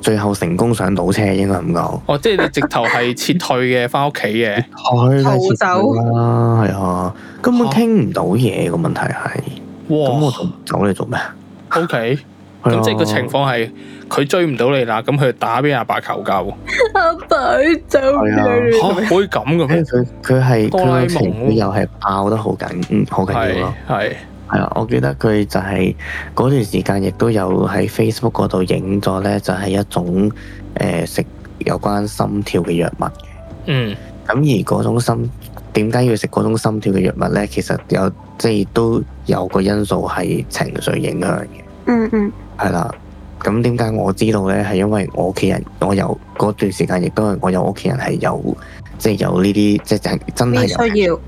Speaker 5: 最後成功上到車應該咁講。
Speaker 1: 哦，即係你直頭係撤退嘅，翻屋企嘅，
Speaker 5: 開
Speaker 4: 逃
Speaker 5: 啦，
Speaker 4: 走
Speaker 5: 啦，係啊，根本
Speaker 1: 嚇
Speaker 5: 傾唔到嘢個問題係，咁我
Speaker 1: 哇
Speaker 5: 仲走嚟做咩？
Speaker 1: ，O K，
Speaker 5: 係啊
Speaker 1: 咁即係個情況係佢追唔到你啦，咁佢打俾阿爸求救，
Speaker 4: 阿爸走
Speaker 5: 係啊
Speaker 1: 嚇
Speaker 4: 咗，
Speaker 1: 可以咁嘅
Speaker 5: 因為
Speaker 1: 咩？
Speaker 5: 佢佢係
Speaker 1: 哆啦
Speaker 5: 佢
Speaker 1: A 夢
Speaker 5: 個情緒又係爆得好緊，嗯，好緊要
Speaker 1: 係
Speaker 5: 咯。
Speaker 1: 係
Speaker 5: 係啦，我記得佢就係嗰段時間，亦都有喺 Facebook 嗰度影咗咧，就係一種誒食有關心跳嘅藥物嘅。
Speaker 1: 嗯
Speaker 5: 咁而嗰種心點解要食嗰種心跳嘅藥物咧？其實有即係都有個因素係情緒影響嘅。
Speaker 4: 嗯嗯，
Speaker 5: 係啦，咁點解我知道呢？係因為我屋企人，我有嗰段時間，亦都係我有屋企人係有，即係有呢啲，即係真
Speaker 4: 咩
Speaker 5: 係啊
Speaker 4: 需
Speaker 5: 有，
Speaker 4: 要？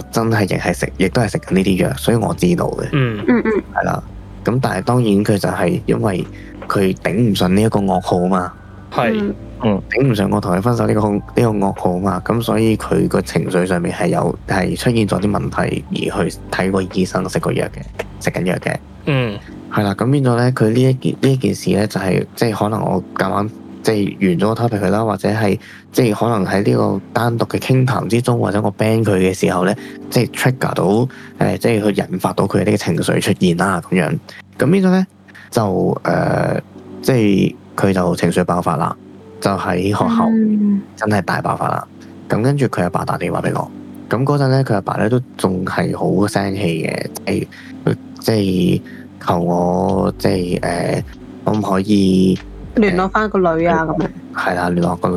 Speaker 5: 就真係亦係食，亦都係食緊呢啲藥，所以我知道嘅，
Speaker 1: 嗯
Speaker 4: 嗯嗯，
Speaker 5: 係啦。咁但係當然佢就係因為佢頂唔順呢一個噩耗嘛，
Speaker 1: 係
Speaker 4: 嗯
Speaker 5: 頂唔順我同佢分手呢、個呢、個噩耗嘛，咁所以佢個情緒上面係有係出現咗啲問題，而去睇過醫生，食過藥嘅，食緊藥嘅。
Speaker 1: 嗯
Speaker 5: 係啦，咁變咗咧，佢呢一件呢一件事咧，就係、即係可能我夾硬即係完咗個 topic 佢啦，或者係即係可能喺呢個單獨嘅傾談之中，或者我 ban 佢嘅時候咧，即係 trigger 到誒、呃即係去引發到佢呢個情緒出現啦，咁樣。咁變咗咧就誒、呃即係佢就情緒爆發啦，就喺學校
Speaker 4: 嗯
Speaker 5: 真係大爆發啦。咁跟住佢阿爸打電話俾我，咁嗰陣咧，佢阿爸咧都仲係好生氣嘅，即係佢即係求我即係誒、呃可唔可以
Speaker 4: 聯絡翻個女啊咁樣。
Speaker 5: 係啦聯絡個女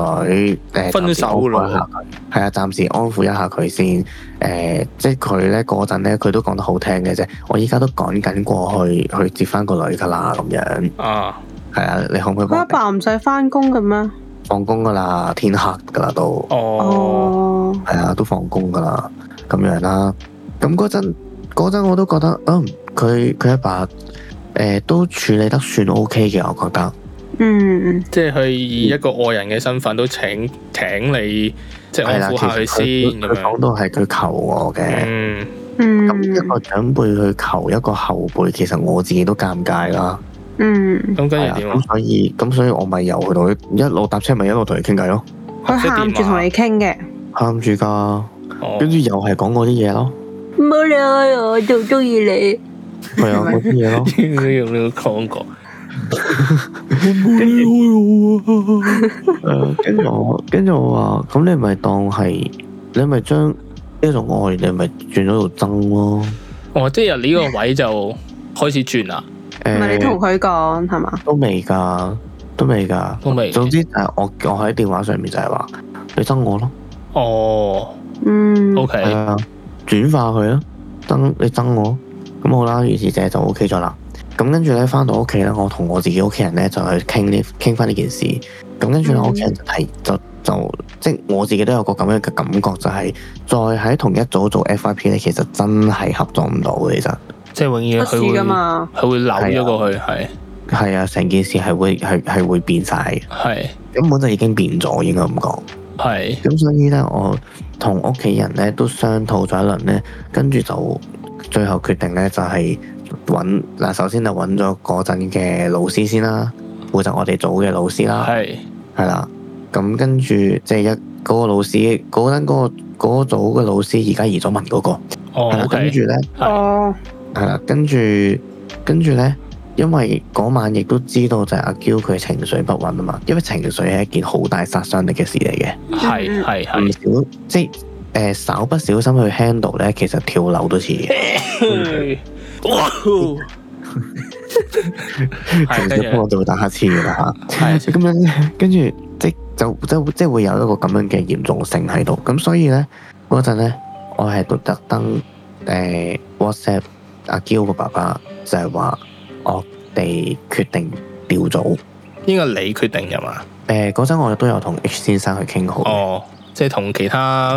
Speaker 5: 誒、呃
Speaker 1: 分手咯
Speaker 5: 暫時安撫一下佢係啊，暫時安撫一下佢先誒、呃即係佢咧嗰陣咧，佢都講得好聽嘅啫。我依家都趕緊過去去接翻個女㗎啦，咁樣
Speaker 1: 啊，
Speaker 5: 係啊，你可唔可以
Speaker 4: 佢
Speaker 5: 幫
Speaker 4: 阿
Speaker 5: 我
Speaker 4: 爸唔使翻工嘅咩？
Speaker 5: 放工㗎啦？天黑㗎啦都。
Speaker 1: 哦，
Speaker 4: 哦，
Speaker 5: 係啊，都放工噶啦，咁樣啦。咁嗰陣嗰陣我都覺得，嗯，佢佢阿爸诶、呃都處理得算 O K 嘅，我覺得
Speaker 4: 嗯，
Speaker 1: 即係佢以一個外人嘅身份都請請你，即係
Speaker 5: 係啦。
Speaker 1: 安
Speaker 5: 其
Speaker 1: 撫下佢
Speaker 5: 實
Speaker 1: 先咁
Speaker 5: 佢佢講
Speaker 1: 樣。
Speaker 5: 到係佢求我嘅，
Speaker 1: 嗯，
Speaker 4: 嗯，
Speaker 5: 咁、一個長輩去求一個後輩，其實我自己都尷尬啦。
Speaker 4: 嗯，
Speaker 1: 咁跟
Speaker 5: 係
Speaker 1: 住
Speaker 5: 啊，
Speaker 1: 點啊
Speaker 5: 咁？所以咁所以我咪由佢同佢一路搭車咪一路同佢傾偈咯，
Speaker 4: 佢
Speaker 2: 啊
Speaker 4: 喊住同你傾嘅，
Speaker 5: 喊住噶，
Speaker 1: 哦
Speaker 5: 跟住又係講嗰啲嘢咯，
Speaker 4: 唔好理我，我仲中意你。
Speaker 5: 係啊嗰啲嘢咯。
Speaker 1: 要唔要講過？
Speaker 5: 誒呃跟住我，跟住我話，咁你咪當係，你咪將呢種愛，你咪轉咗做憎咯。
Speaker 1: 哦，即係由呢個位就開始轉啦，
Speaker 4: 唔係你
Speaker 5: 誒、
Speaker 4: 同佢講係嘛？
Speaker 5: 都未㗎，都未㗎。
Speaker 1: 都未。
Speaker 5: 總之就係我，我喺電話上面就係話，你憎我咯，
Speaker 1: 哦
Speaker 4: 嗯，
Speaker 1: ，OK，
Speaker 5: 係啊，轉化佢啦，憎你憎我，咁好啦，於是者就 O K 咗啦。咁跟住咧，翻到屋企咧，我同我自己屋企人咧就去傾呢，傾翻呢件事。咁跟住咧，
Speaker 4: 嗯
Speaker 5: 我屋企人就提就就即係我自己都有個咁樣嘅感覺，就係、再喺同一組做 FYP 咧，其實真係合作唔到嘅。其實
Speaker 1: 即係永遠
Speaker 4: 不
Speaker 1: 佢
Speaker 4: 是
Speaker 1: 會
Speaker 4: 噶嘛。
Speaker 1: 佢會扭咗過去，係
Speaker 5: 係啊，成件事係會係係會變晒嘅，
Speaker 1: 係
Speaker 5: 根本就已經變咗，應該咁講。
Speaker 1: 係
Speaker 5: 咁所以咧，我同屋企人咧都商討咗一輪咧，跟住就最後決定咧就係揾嗱，首先就揾咗嗰陣嘅老師先啦，負責我哋組嘅老師啦，
Speaker 1: 係
Speaker 5: 係啦。咁跟住即係一嗰、個老師嗰陣嗰個嗰組嘅老師而家移咗民嗰、個，係
Speaker 1: 哦
Speaker 5: 啦。跟
Speaker 1: ，OK，
Speaker 5: 住咧
Speaker 1: 係
Speaker 4: 哦，
Speaker 5: 係啦，跟住跟住咧，因為嗰晚亦都知道就係阿嬌佢情緒不穩啊嘛，因為情緒係一件好大殺傷力嘅事嚟嘅。
Speaker 1: 係係
Speaker 5: 唔
Speaker 4: 嗯
Speaker 1: 係，
Speaker 5: 少即係誒、呃稍不小心去 handle 咧，其實跳樓都似嘅，
Speaker 1: 哇係
Speaker 5: 其
Speaker 1: 跟
Speaker 5: 實
Speaker 1: 住
Speaker 5: 我就會打乞嗤嘅啦
Speaker 1: 係
Speaker 5: 嚇。咁樣呢跟住即就即即會有一個咁樣嘅嚴重性喺度，咁所以咧嗰陣咧，我係特登誒 WhatsApp 阿嬌個爸爸就係話我哋決定調組。
Speaker 1: 應該你決定㗎嘛？
Speaker 5: 誒嗰陣我都有同 H 先生去傾好嘅，
Speaker 1: 哦，即係同其他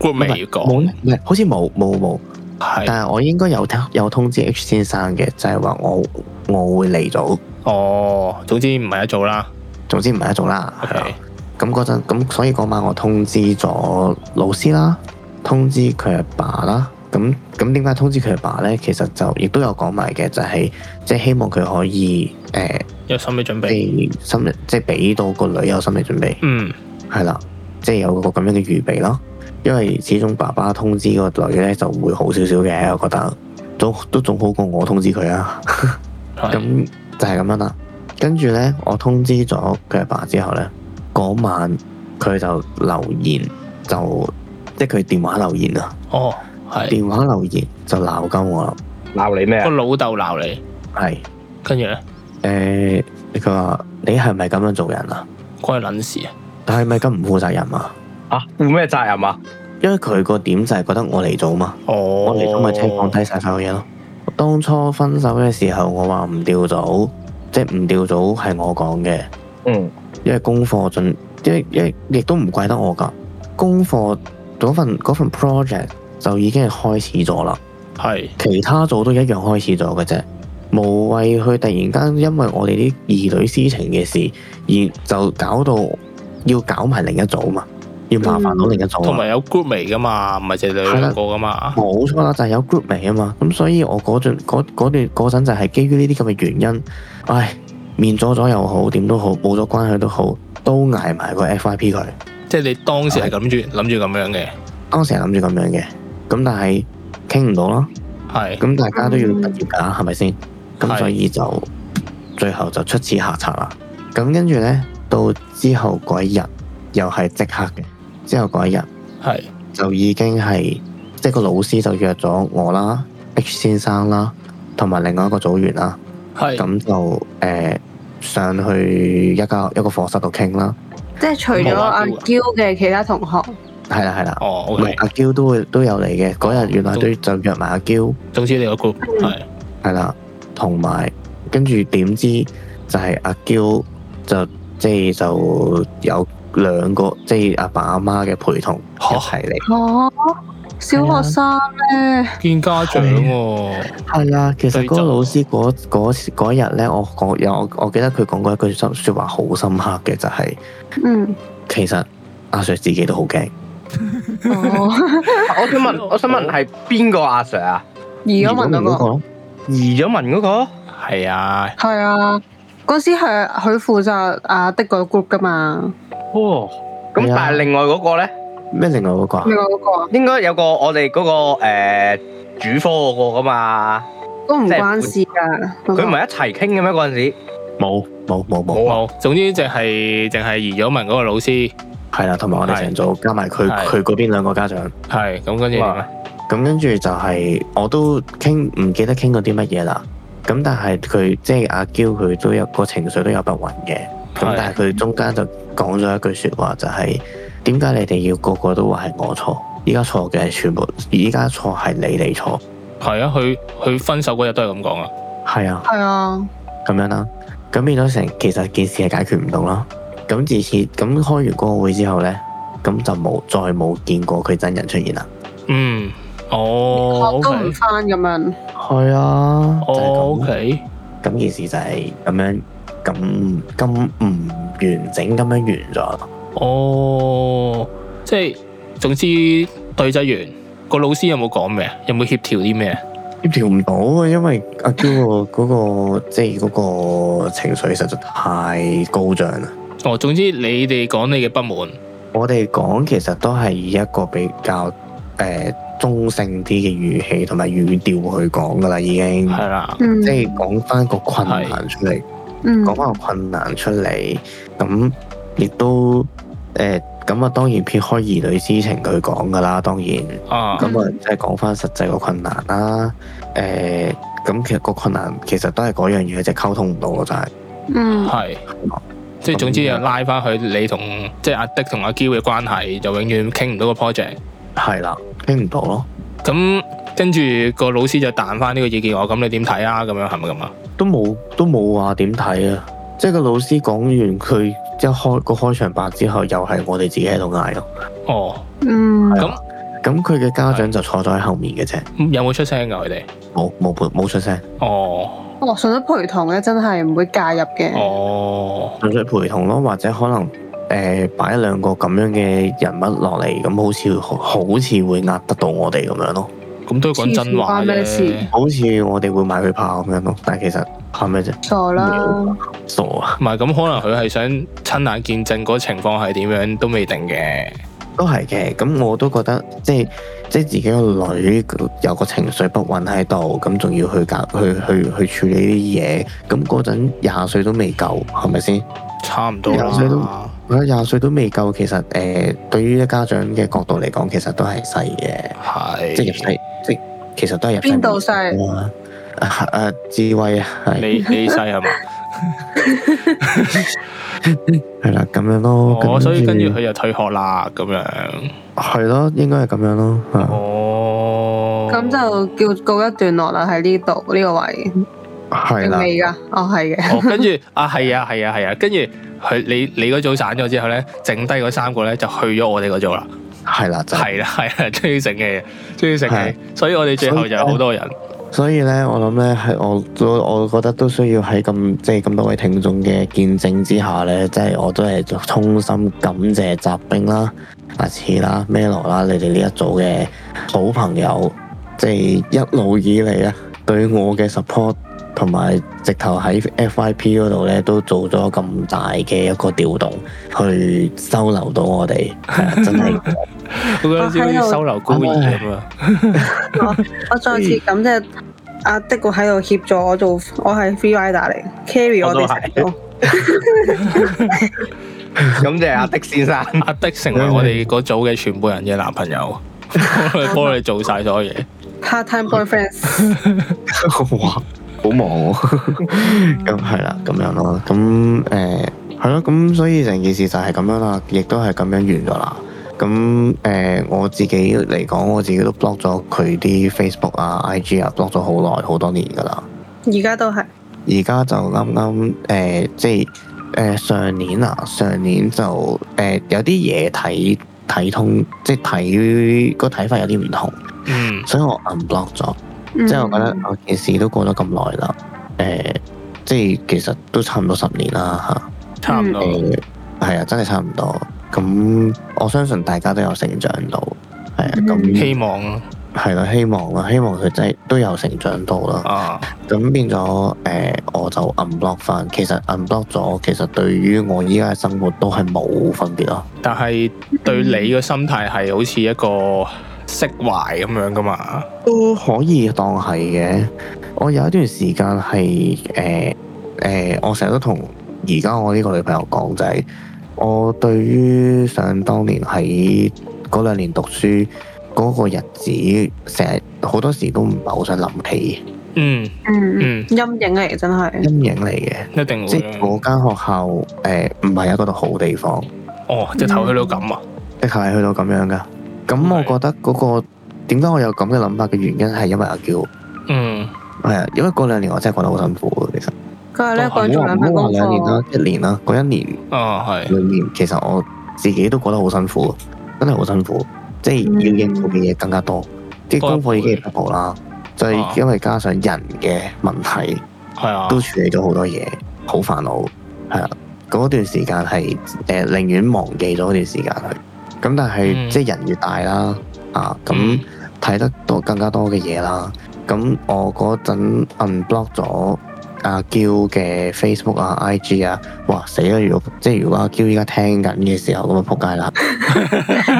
Speaker 1: group
Speaker 5: 唔係
Speaker 1: 未
Speaker 5: 冇
Speaker 1: 講，
Speaker 5: 呢唔係好似冇冇冇。
Speaker 1: 係
Speaker 5: 但係我應該有通有通知 H 先生嘅，就係話我我會嚟到，
Speaker 1: 哦，總之唔係一組啦
Speaker 5: 總之唔係一種啦。係啊啦
Speaker 1: ，OK，
Speaker 5: 咁嗰陣咁，所以嗰晚我通知咗老師啦，通知佢阿爸啦。咁咁點解通知佢阿爸呢？其實就亦都有講埋嘅，就係即係希望佢可以誒
Speaker 1: 有心理準備，
Speaker 5: 俾心理，即係俾到個女有心理準備，
Speaker 1: 嗯，
Speaker 5: 係啦，即係有個咁樣嘅預備咯。因為始終爸爸通知個女呢就會好少少嘅，我覺得都都仲好過我通知佢啊。
Speaker 1: 係
Speaker 5: 咁就係咁樣啦。跟住呢，我通知咗佢阿爸之後呢，嗰晚佢就留言，就即係佢電話留言啊，
Speaker 1: 哦，係
Speaker 5: 電話留言就鬧鳩我啦，
Speaker 2: 鬧你咩
Speaker 1: 個
Speaker 2: 啊？
Speaker 1: 老豆鬧你，
Speaker 5: 係
Speaker 1: 跟住咧
Speaker 5: 誒，佢話你係咪咁樣做人啊？
Speaker 1: 關佢撚事啊，
Speaker 5: 你係咪咁唔負責任啊？
Speaker 2: 啊，有咩責任啊？
Speaker 5: 因為佢個點就係覺得我嚟早嘛，
Speaker 1: 哦，
Speaker 5: 我嚟早咪即係放低晒所有嘢咯。當初分手嘅時候，我話唔調組，即係唔調組係我講嘅。
Speaker 2: 嗯，
Speaker 5: 因為功課進，因為因為亦都唔怪得我㗎。功課嗰份嗰份 project 就已經係開始咗啦，
Speaker 1: 係
Speaker 5: 其他組都一樣開始咗嘅啫。無謂去突然間因為我哋啲兒女私情嘅事，而就搞到要搞埋另一組嘛，要麻煩到另一組
Speaker 1: 同
Speaker 5: 嘛。
Speaker 1: 埋有 group 嚟噶嘛，唔係淨係你兩個噶嘛，
Speaker 5: 冇錯啦，就係、有 group 名啊嘛，咁所以我嗰陣嗰嗰段嗰陣就係基於呢啲咁嘅原因，唉，面咗咗又好，點都好，冇咗關係都好，都捱埋個 FYP 佢。
Speaker 1: 即係你當時係諗住諗住咁樣嘅，
Speaker 5: 當時係諗住咁樣嘅，咁但係傾唔到咯，
Speaker 1: 係
Speaker 5: 咁大家都要畢業㗎，係咪先？咁
Speaker 1: 係
Speaker 5: 所以就最後就出此下策啦。咁跟住呢，到之後嗰一日又係即刻嘅，之後嗰一日
Speaker 1: 係
Speaker 5: 就已經係即係個老師就約咗我啦、H 先生啦，同埋另外一個組員啦，
Speaker 1: 係
Speaker 5: 咁就誒、呃上去一間一個課室度傾啦，
Speaker 4: 即係除咗阿
Speaker 1: 冇啊
Speaker 4: Q 嘅其他同學，
Speaker 5: 係啦係啦，
Speaker 1: 哦
Speaker 5: 唔係
Speaker 1: ，OK，哦
Speaker 5: 阿嬌都會都有嚟嘅，嗰日原來都就約埋阿嬌。
Speaker 1: 總之你個 group 係
Speaker 5: 係啦，同埋跟住點知就係阿嬌就即係就有兩個即係阿爸阿媽嘅陪同一
Speaker 1: 嚇
Speaker 5: 齊嚟，
Speaker 4: 哦，小學生咧，
Speaker 1: 見家長喎，
Speaker 5: 係啦。其實嗰個
Speaker 1: 對就
Speaker 5: 老師嗰嗰嗰日咧，我講有我我記得佢講過一句心説話好深刻嘅，就係、
Speaker 4: 嗯，
Speaker 5: 其實阿 Sir 自己都好驚。
Speaker 4: 哦，
Speaker 2: 啊我想問，我想問 係邊個阿 Sir 啊？
Speaker 4: 移咗文嗰
Speaker 5: 嗰個
Speaker 4: 個，
Speaker 5: 咯
Speaker 2: 移咗民嗰個？
Speaker 1: 係啊，
Speaker 4: 係啊，嗰時係佢負責阿的個 group 噶嘛，
Speaker 2: 哦，咁
Speaker 5: 係啊
Speaker 2: 但係另外嗰個咧，
Speaker 5: 咩另外嗰個啊
Speaker 4: 另？外嗰個啊
Speaker 2: 應該有個我哋嗰個誒主科嗰個噶嘛？
Speaker 4: 都唔
Speaker 2: 即係
Speaker 4: 關事噶，
Speaker 2: 佢唔係一齊傾嘅咩嗰陣時？
Speaker 5: 冇冇冇冇，
Speaker 2: 冇啊！
Speaker 1: 冇，總之淨係淨係移咗文嗰個老師
Speaker 5: 係啦，同埋我哋成組加埋佢
Speaker 1: 係
Speaker 5: 佢嗰邊兩個家長。
Speaker 1: 係咁，跟住點咧？
Speaker 5: 咁跟住就係、我都傾唔記得傾過啲乜嘢啦。咁但係佢即係阿嬌佢都有個情緒都有不穩嘅。咁
Speaker 1: 係
Speaker 5: 但係佢中間就講咗一句説話就係點解你哋要個個都話係我錯？依家錯嘅係全部，依家錯係你哋錯。
Speaker 1: 係啊，佢佢分手嗰日都係咁講啊，
Speaker 5: 係啊，
Speaker 4: 係啊，
Speaker 5: 咁樣啦。咁變咗成其實件事係解決唔到啦。咁自此咁開完嗰個會之後呢，咁就冇再冇見過佢真人出現啦。
Speaker 1: 嗯，哦
Speaker 4: 學都唔
Speaker 1: ，OK，
Speaker 4: 翻咁樣，
Speaker 5: 係啊，就係咁
Speaker 1: 哦，OK，
Speaker 5: 咁件事就係咁樣咁咁唔完整咁樣完咗。
Speaker 1: 哦，即係總之對質完個老師有冇講咩啊？有冇協調啲咩啊？
Speaker 5: 協調唔到啊，因為阿嬌個嗰個即係嗰個情緒實在太高漲啦。
Speaker 1: 哦，總之你哋講你嘅不滿，
Speaker 5: 我哋講其實都係以一個比較誒、呃中性啲嘅語氣同埋語調去講噶啦，已經
Speaker 1: 係啦，
Speaker 4: 嗯，
Speaker 5: 即係講翻個困難出嚟。
Speaker 4: 嗯
Speaker 5: 講翻個困難出嚟，咁亦都誒咁啊，當然撇開兒女之情去講噶啦，當然咁
Speaker 1: 啊，
Speaker 5: 啊，即係講翻實際個困難啦。誒、咁其實個困難其實都係嗰樣嘢，就係溝通唔到咯，就係、
Speaker 4: 嗯，
Speaker 1: 係，即係總之又拉翻去你同即係阿迪同阿嬌嘅關係，就永遠傾唔到個 project。
Speaker 5: 係啦，傾唔到咯，
Speaker 1: 咁跟住個老師就彈翻呢個意見我，咁你點睇啊？咁樣係咪咁啊？
Speaker 5: 都冇都冇話點睇啊！即係個老師講完佢一開個開場白之後，又係我哋自己喺度嗌咯。
Speaker 1: 哦，
Speaker 4: 嗯，
Speaker 1: 咁
Speaker 5: 咁佢嘅家長就坐咗喺後面嘅啫，
Speaker 1: 有冇出聲㗎佢哋？
Speaker 5: 冇冇冇出聲，
Speaker 1: 哦，
Speaker 4: 我純粹陪同咧，真係唔會介入嘅，
Speaker 1: 哦，
Speaker 5: 純粹陪同咯，或者可能誒擺兩個咁樣嘅人物落嚟，咁好似好好似會壓得到我哋咁樣咯，
Speaker 1: 咁都講真話
Speaker 4: 黐線關咩
Speaker 1: 啫
Speaker 4: 事。
Speaker 5: 好似我哋會買佢炮咁樣咯，但係其實怕咩啫？
Speaker 4: 傻啦，
Speaker 5: 傻 啊，
Speaker 1: 唔係咁，可能佢係想親眼見證嗰情況係點樣都未定嘅。
Speaker 5: 都係嘅。咁我都覺得即係即係自己個女有個情緒不穩喺度，咁仲要去搞去去去處理啲嘢，咁嗰陣廿歲都未夠，係咪先？
Speaker 1: 差唔多
Speaker 5: 有少都
Speaker 1: 啦，
Speaker 5: 我覺得廿歲都未夠，其實誒、呃，對於家長嘅角度嚟講，其實都係細嘅。即係入
Speaker 1: 係
Speaker 5: 世，即係其實都係入世
Speaker 4: 邊度細
Speaker 5: 門口啊？啊啊智慧啊，係
Speaker 1: 你你細係嘛？
Speaker 5: 係啦，咁樣咯。
Speaker 1: 哦，所以跟住
Speaker 5: 係
Speaker 1: 佢就退學啦，咁樣。
Speaker 5: 係咯，應該係咁樣咯。啊
Speaker 1: 哦，
Speaker 4: 咁就叫告一段落啦，喺呢度呢個位，
Speaker 5: 係
Speaker 4: 定
Speaker 5: 啦，
Speaker 4: 未噶，哦係嘅，
Speaker 1: 哦，跟住啊，係啊，係啊，係啊，跟住佢你你嗰組散咗之後咧，剩低嗰三個咧就去咗我哋嗰組啦。
Speaker 5: 係啦，就係
Speaker 1: 係啦，係啦， 終於醒起，終於醒
Speaker 5: 係
Speaker 1: 起，所以我哋最後就有好多人。
Speaker 5: 所以咧，我諗咧係我都我覺得都需要喺咁即係咁多位聽眾嘅見證之下咧，即係我都係衷心感謝澤兵啦、阿次啦、Melo 啦，你哋呢一組嘅好朋友，即係一路以嚟咧對我嘅 support 同埋直頭喺 FYP 嗰度咧都做咗咁大嘅一個調動，去收留到我哋，係啊真係
Speaker 1: 佢嗰
Speaker 4: 啊
Speaker 1: 陣時好似收留孤兒咁啊，
Speaker 4: 我再次感謝阿的哥喺度協助我做，我係 free rider 嚟，carry 我哋成組，
Speaker 2: 咁就係阿的先生。
Speaker 1: 阿的成為我哋嗰組嘅全部人嘅男朋 友，幫你幫你做晒所有嘢。
Speaker 4: part time boyfriend
Speaker 5: 哇，好忙喎、咁係啦，咁樣咯，咁誒係咯，咁所以成件事就係咁樣啦，亦都係咁樣完咗啦。咁誒、呃我自己嚟講，我自己都 block 咗佢啲 Facebook 啊、IG 啊，block 咗好耐好多年噶啦。
Speaker 4: 而家都係
Speaker 5: 而家就啱啱誒，即係誒、呃上年啊，上年就誒、呃有啲嘢睇睇通，即係睇個睇法有啲唔同，
Speaker 1: 嗯，
Speaker 5: 所以我 unblock 咗。即
Speaker 4: 嗯
Speaker 5: 係我覺得我件事都過咗咁耐啦，誒、即係其實都差唔多十年啦
Speaker 1: 差唔
Speaker 5: 嚇，
Speaker 1: 多。
Speaker 5: 誒係啊，真係差唔多。咁我相信大家都有成長到，係啊，咁
Speaker 1: 嗯希望咯
Speaker 5: 係啦，希望啦，希望佢真係都有成長到啦。
Speaker 1: 啊，
Speaker 5: 咁變咗誒、我就 unblock 翻。其實 unblock 咗，其實對於我依家嘅生活都係冇分別咯。
Speaker 1: 但係對你個心態係好似一個釋懷咁樣噶嘛？
Speaker 5: 都可以當係嘅。我有一段時間係誒誒，我成日都同而家我呢個女朋友講就係、我對於想當年喺嗰兩年讀書嗰、個日子，成日好多時都唔係好想諗起
Speaker 1: 嗯
Speaker 4: 嗯嗯
Speaker 1: 嗯，
Speaker 4: 陰影嚟，真係
Speaker 5: 陰影嚟嘅。
Speaker 1: 一定
Speaker 5: 即
Speaker 1: 會
Speaker 5: 係
Speaker 1: 咯。
Speaker 5: 我間學校誒，呃唔係一個好地方。
Speaker 1: 哦，隻頭去到咁啊！
Speaker 5: 的確係去到咁樣噶。咁我覺得嗰、個點解我有咁嘅諗法嘅原因係因為阿嬌，
Speaker 1: 嗯，
Speaker 5: 係啊，因為嗰兩年我真係覺得好辛苦嘅其實。
Speaker 4: 佢
Speaker 1: 都
Speaker 4: 係咧
Speaker 1: 係
Speaker 4: 個人做兩份
Speaker 5: 唔好
Speaker 4: 功
Speaker 5: 話哦啊兩年
Speaker 4: 課
Speaker 5: 啦，，一年啦，嗰一年
Speaker 1: 啊係，
Speaker 5: 裏面，其實我自己都覺得好辛苦，真係好辛苦，即係
Speaker 4: 嗯
Speaker 5: 要應付嘅嘢更加多，即係
Speaker 1: 多一倍
Speaker 5: 功課已經係 double 啦，就
Speaker 1: 啊
Speaker 5: 係因為加上人嘅問題，
Speaker 1: 係啊，
Speaker 5: 都處理咗好多嘢，好煩惱，係啦。嗰段時間係誒寧願忘記咗嗰段時間去，咁但係、
Speaker 1: 嗯
Speaker 5: 即係人越大啦，啊咁。
Speaker 1: 嗯
Speaker 5: 睇得到更加多嘅嘢啦。咁我嗰陣 unblock 咗阿嬌嘅 Facebook 啊、IG 啊，哇死啦！如果即係如果阿嬌依家聽緊嘅時候，咁啊撲 街啦！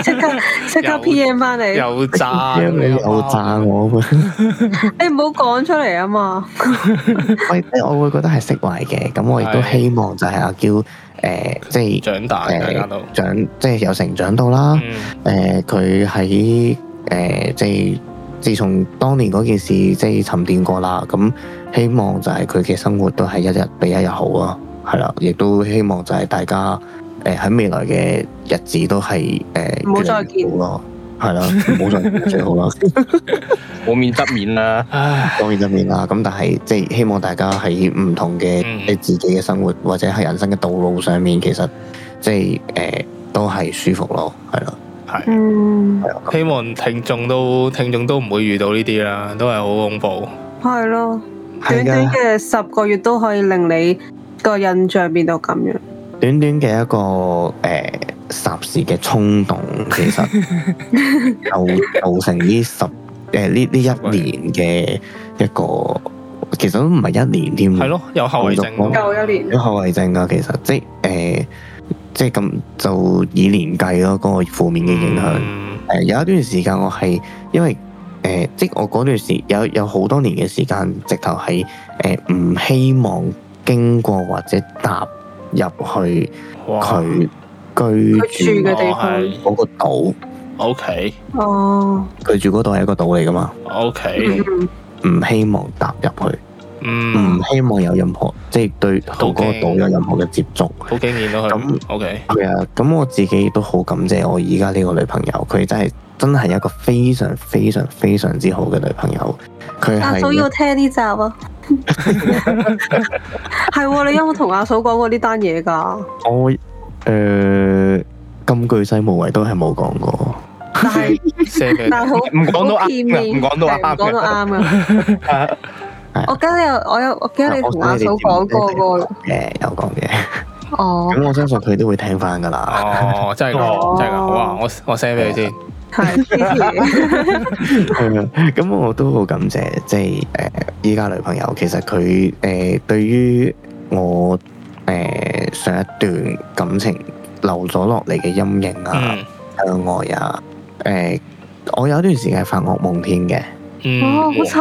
Speaker 4: 即刻即刻
Speaker 1: 有
Speaker 4: PM 翻你，
Speaker 1: 又炸，
Speaker 5: 因為 你
Speaker 1: 啊
Speaker 5: 又炸我，
Speaker 4: 你唔好講出嚟啊嘛，
Speaker 5: 喂，即係我會覺得係釋懷嘅。咁我亦都
Speaker 1: 係
Speaker 5: 希望就係阿嬌誒、呃即係
Speaker 1: 長大，
Speaker 5: 誒
Speaker 1: 大家都
Speaker 5: 長，即係有成長到啦。
Speaker 1: 嗯
Speaker 5: 誒呃佢喺誒即係自從當年嗰件事即係沉澱過啦，咁希望就係佢嘅生活都係一日比一日好咯，係啦，亦都希望就係大家誒喺、未來嘅日子都係誒
Speaker 4: 唔好
Speaker 5: 越嚟
Speaker 4: 再
Speaker 5: 越
Speaker 4: 見
Speaker 5: 好咯，係啦，唔好再見 最好啦，
Speaker 2: 冇面執面啦，
Speaker 1: 唉，
Speaker 5: 當然當然啦，咁但係即係希望大家喺唔同嘅
Speaker 1: 嗯
Speaker 5: 你自己嘅生活或者係人生嘅道路上面，其實即係誒、呃都係舒服咯，係啦，
Speaker 1: 係。
Speaker 4: 嗯
Speaker 5: 係啦。啊
Speaker 1: 希望聽眾都聽眾都唔會遇到呢啲啦，都係好恐怖。
Speaker 4: 係咯，短
Speaker 5: 係㗎
Speaker 4: 短嘅十個月都可以令你個印象變到咁樣，
Speaker 5: 短短嘅一個誒、呃、霎時嘅衝動，其實就造成呢十誒呢呢一年嘅一個，其實都唔係一年添，
Speaker 1: 係，咯，有後遺症㗎嘛。
Speaker 4: 夠一年
Speaker 5: 有後遺症㗎，其實即係誒、呃即係咁就以年計咯，嗰、個負面嘅影響。
Speaker 1: 嗯
Speaker 5: 誒、有一段時間我係因為誒、呃即係我嗰段時有有好多年嘅時間，直頭係誒唔希望經過或者踏入去
Speaker 1: 哇
Speaker 5: 佢
Speaker 4: 佢
Speaker 5: 居
Speaker 4: 住
Speaker 5: 住
Speaker 4: 嘅地方
Speaker 5: 嗰個島，
Speaker 1: O K
Speaker 4: 哦，
Speaker 5: 佢住嗰度係一個島嚟噶嘛，
Speaker 1: O
Speaker 4: 嗯
Speaker 1: K，
Speaker 4: 嗯
Speaker 5: 唔希望踏入去，
Speaker 1: 嗯
Speaker 5: 唔，希望有任何即係對同嗰個島有任何嘅接觸。
Speaker 1: 好經驗咯佢
Speaker 5: 咁。
Speaker 1: O K，
Speaker 5: 係啊，咁我自己都好感謝我而家呢個女朋友，佢真係真係一個非常非常非常之好嘅女朋友。佢
Speaker 4: 阿嫂要
Speaker 5: 係
Speaker 4: 聽呢集啊，係喎，你有冇同阿嫂講過呢單嘢㗎？
Speaker 5: 我誒咁巨細無遺都係冇講過，
Speaker 4: 但係
Speaker 1: 寫俾你
Speaker 4: 但係好。
Speaker 2: 唔講到啱
Speaker 4: 好片
Speaker 2: 嘅，
Speaker 4: 面
Speaker 2: 唔講到
Speaker 4: 係唔
Speaker 2: 啱
Speaker 4: 講到
Speaker 2: 嘅。
Speaker 4: 啱嘅。我記得有我有我記得你同阿嫂講過個
Speaker 5: 嘅，有講嘅。
Speaker 4: 哦，
Speaker 5: 咁我相信佢都會聽翻噶啦。
Speaker 1: 哦，真係
Speaker 2: 哦
Speaker 1: 㗎，真係㗎，好啊，我我 send 俾佢先。
Speaker 4: 係支持，
Speaker 5: 咁我都好感謝，即係誒依家女朋友，其實佢誒、呃、對於我誒、呃上一段感情留咗落嚟嘅陰影啊、
Speaker 1: 嗯
Speaker 5: 向外啊，誒、我有一段時間係發噩夢添嘅，
Speaker 4: 哦，
Speaker 1: 嗯，
Speaker 4: 好慘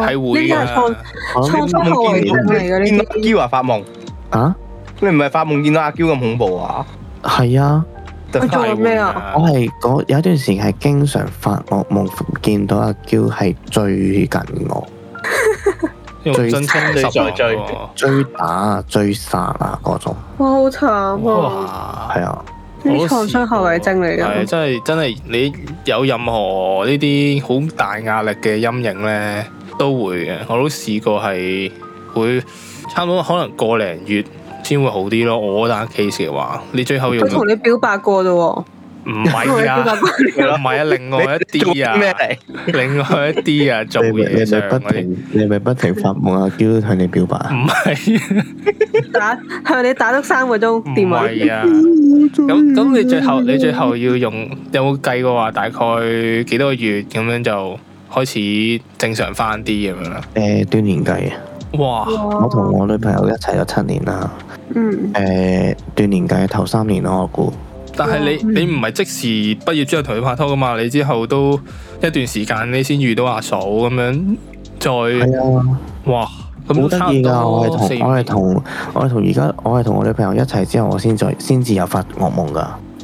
Speaker 4: 啊！
Speaker 1: 係會
Speaker 4: 呢啲係創
Speaker 1: 㗎。
Speaker 5: 我
Speaker 4: 創
Speaker 5: 諗
Speaker 4: 傷後遺症嚟嘅呢
Speaker 2: 見到
Speaker 4: 啲，
Speaker 2: Q 啊發夢，
Speaker 5: 啊
Speaker 2: 你唔係發夢見到阿嬌咁恐怖啊？
Speaker 5: 係啊，
Speaker 2: 特
Speaker 4: 佢做緊咩啊
Speaker 5: 我係嗰有一段時間係經常發惡夢，見到阿嬌係追緊我、
Speaker 1: 因為真心
Speaker 2: 最
Speaker 1: 十
Speaker 2: 最最
Speaker 1: 喎
Speaker 5: 追打啊、追殺啊嗰種，
Speaker 4: 哇，好慘啊！
Speaker 1: 哇
Speaker 5: 係啊，
Speaker 4: 呢啲創傷後遺症嚟
Speaker 1: 係
Speaker 4: 㗎，
Speaker 1: 真係真係，你有任何呢啲好大壓力嘅陰影呢，都會嘅。我都試過係會差唔多可能個零月先會好啲咯。我單 case 嘅話，你最後用
Speaker 4: 佢同你表白過啫喎，
Speaker 1: 唔
Speaker 4: 佢同你
Speaker 1: 係
Speaker 4: 表白
Speaker 1: 啊，
Speaker 4: 過，
Speaker 1: 唔係啊，另外一
Speaker 2: 你
Speaker 1: 啲
Speaker 2: 做啲咩
Speaker 1: 啊，
Speaker 2: 嚟？
Speaker 1: 另外一啲啊，做
Speaker 5: 你咪
Speaker 1: 嘢
Speaker 5: 你
Speaker 1: 上
Speaker 5: 咪不
Speaker 1: 嗰啲，
Speaker 5: 停，你咪不停發夢阿嬌向你表白啊。
Speaker 1: 唔係
Speaker 4: 打向你打咗三個鐘電
Speaker 1: 唔
Speaker 4: 話，
Speaker 1: 係啊。咁咁你最後你最後要用有冇計過話大概幾多個月咁樣就開始正常翻啲咁樣啊啦？
Speaker 5: 誒、端年計啊！
Speaker 1: 哇！
Speaker 5: 我
Speaker 4: 我
Speaker 5: 同我女朋友一齊咗七年啦。
Speaker 4: 嗯
Speaker 5: 誒、段年計頭三年咯，我估
Speaker 1: 但係
Speaker 4: 嗯
Speaker 1: 你你唔係即時畢業之後同佢拍拖噶嘛？你之後都一段時間你先遇到阿嫂咁樣，再
Speaker 5: 係啊，
Speaker 1: 哇
Speaker 5: 好
Speaker 1: 咁差唔
Speaker 5: 得意㗎！我
Speaker 1: 多
Speaker 5: 係
Speaker 1: 四
Speaker 5: 同我係同我係同而家我係同我女朋友一齊之後，我先再先至有發惡夢㗎。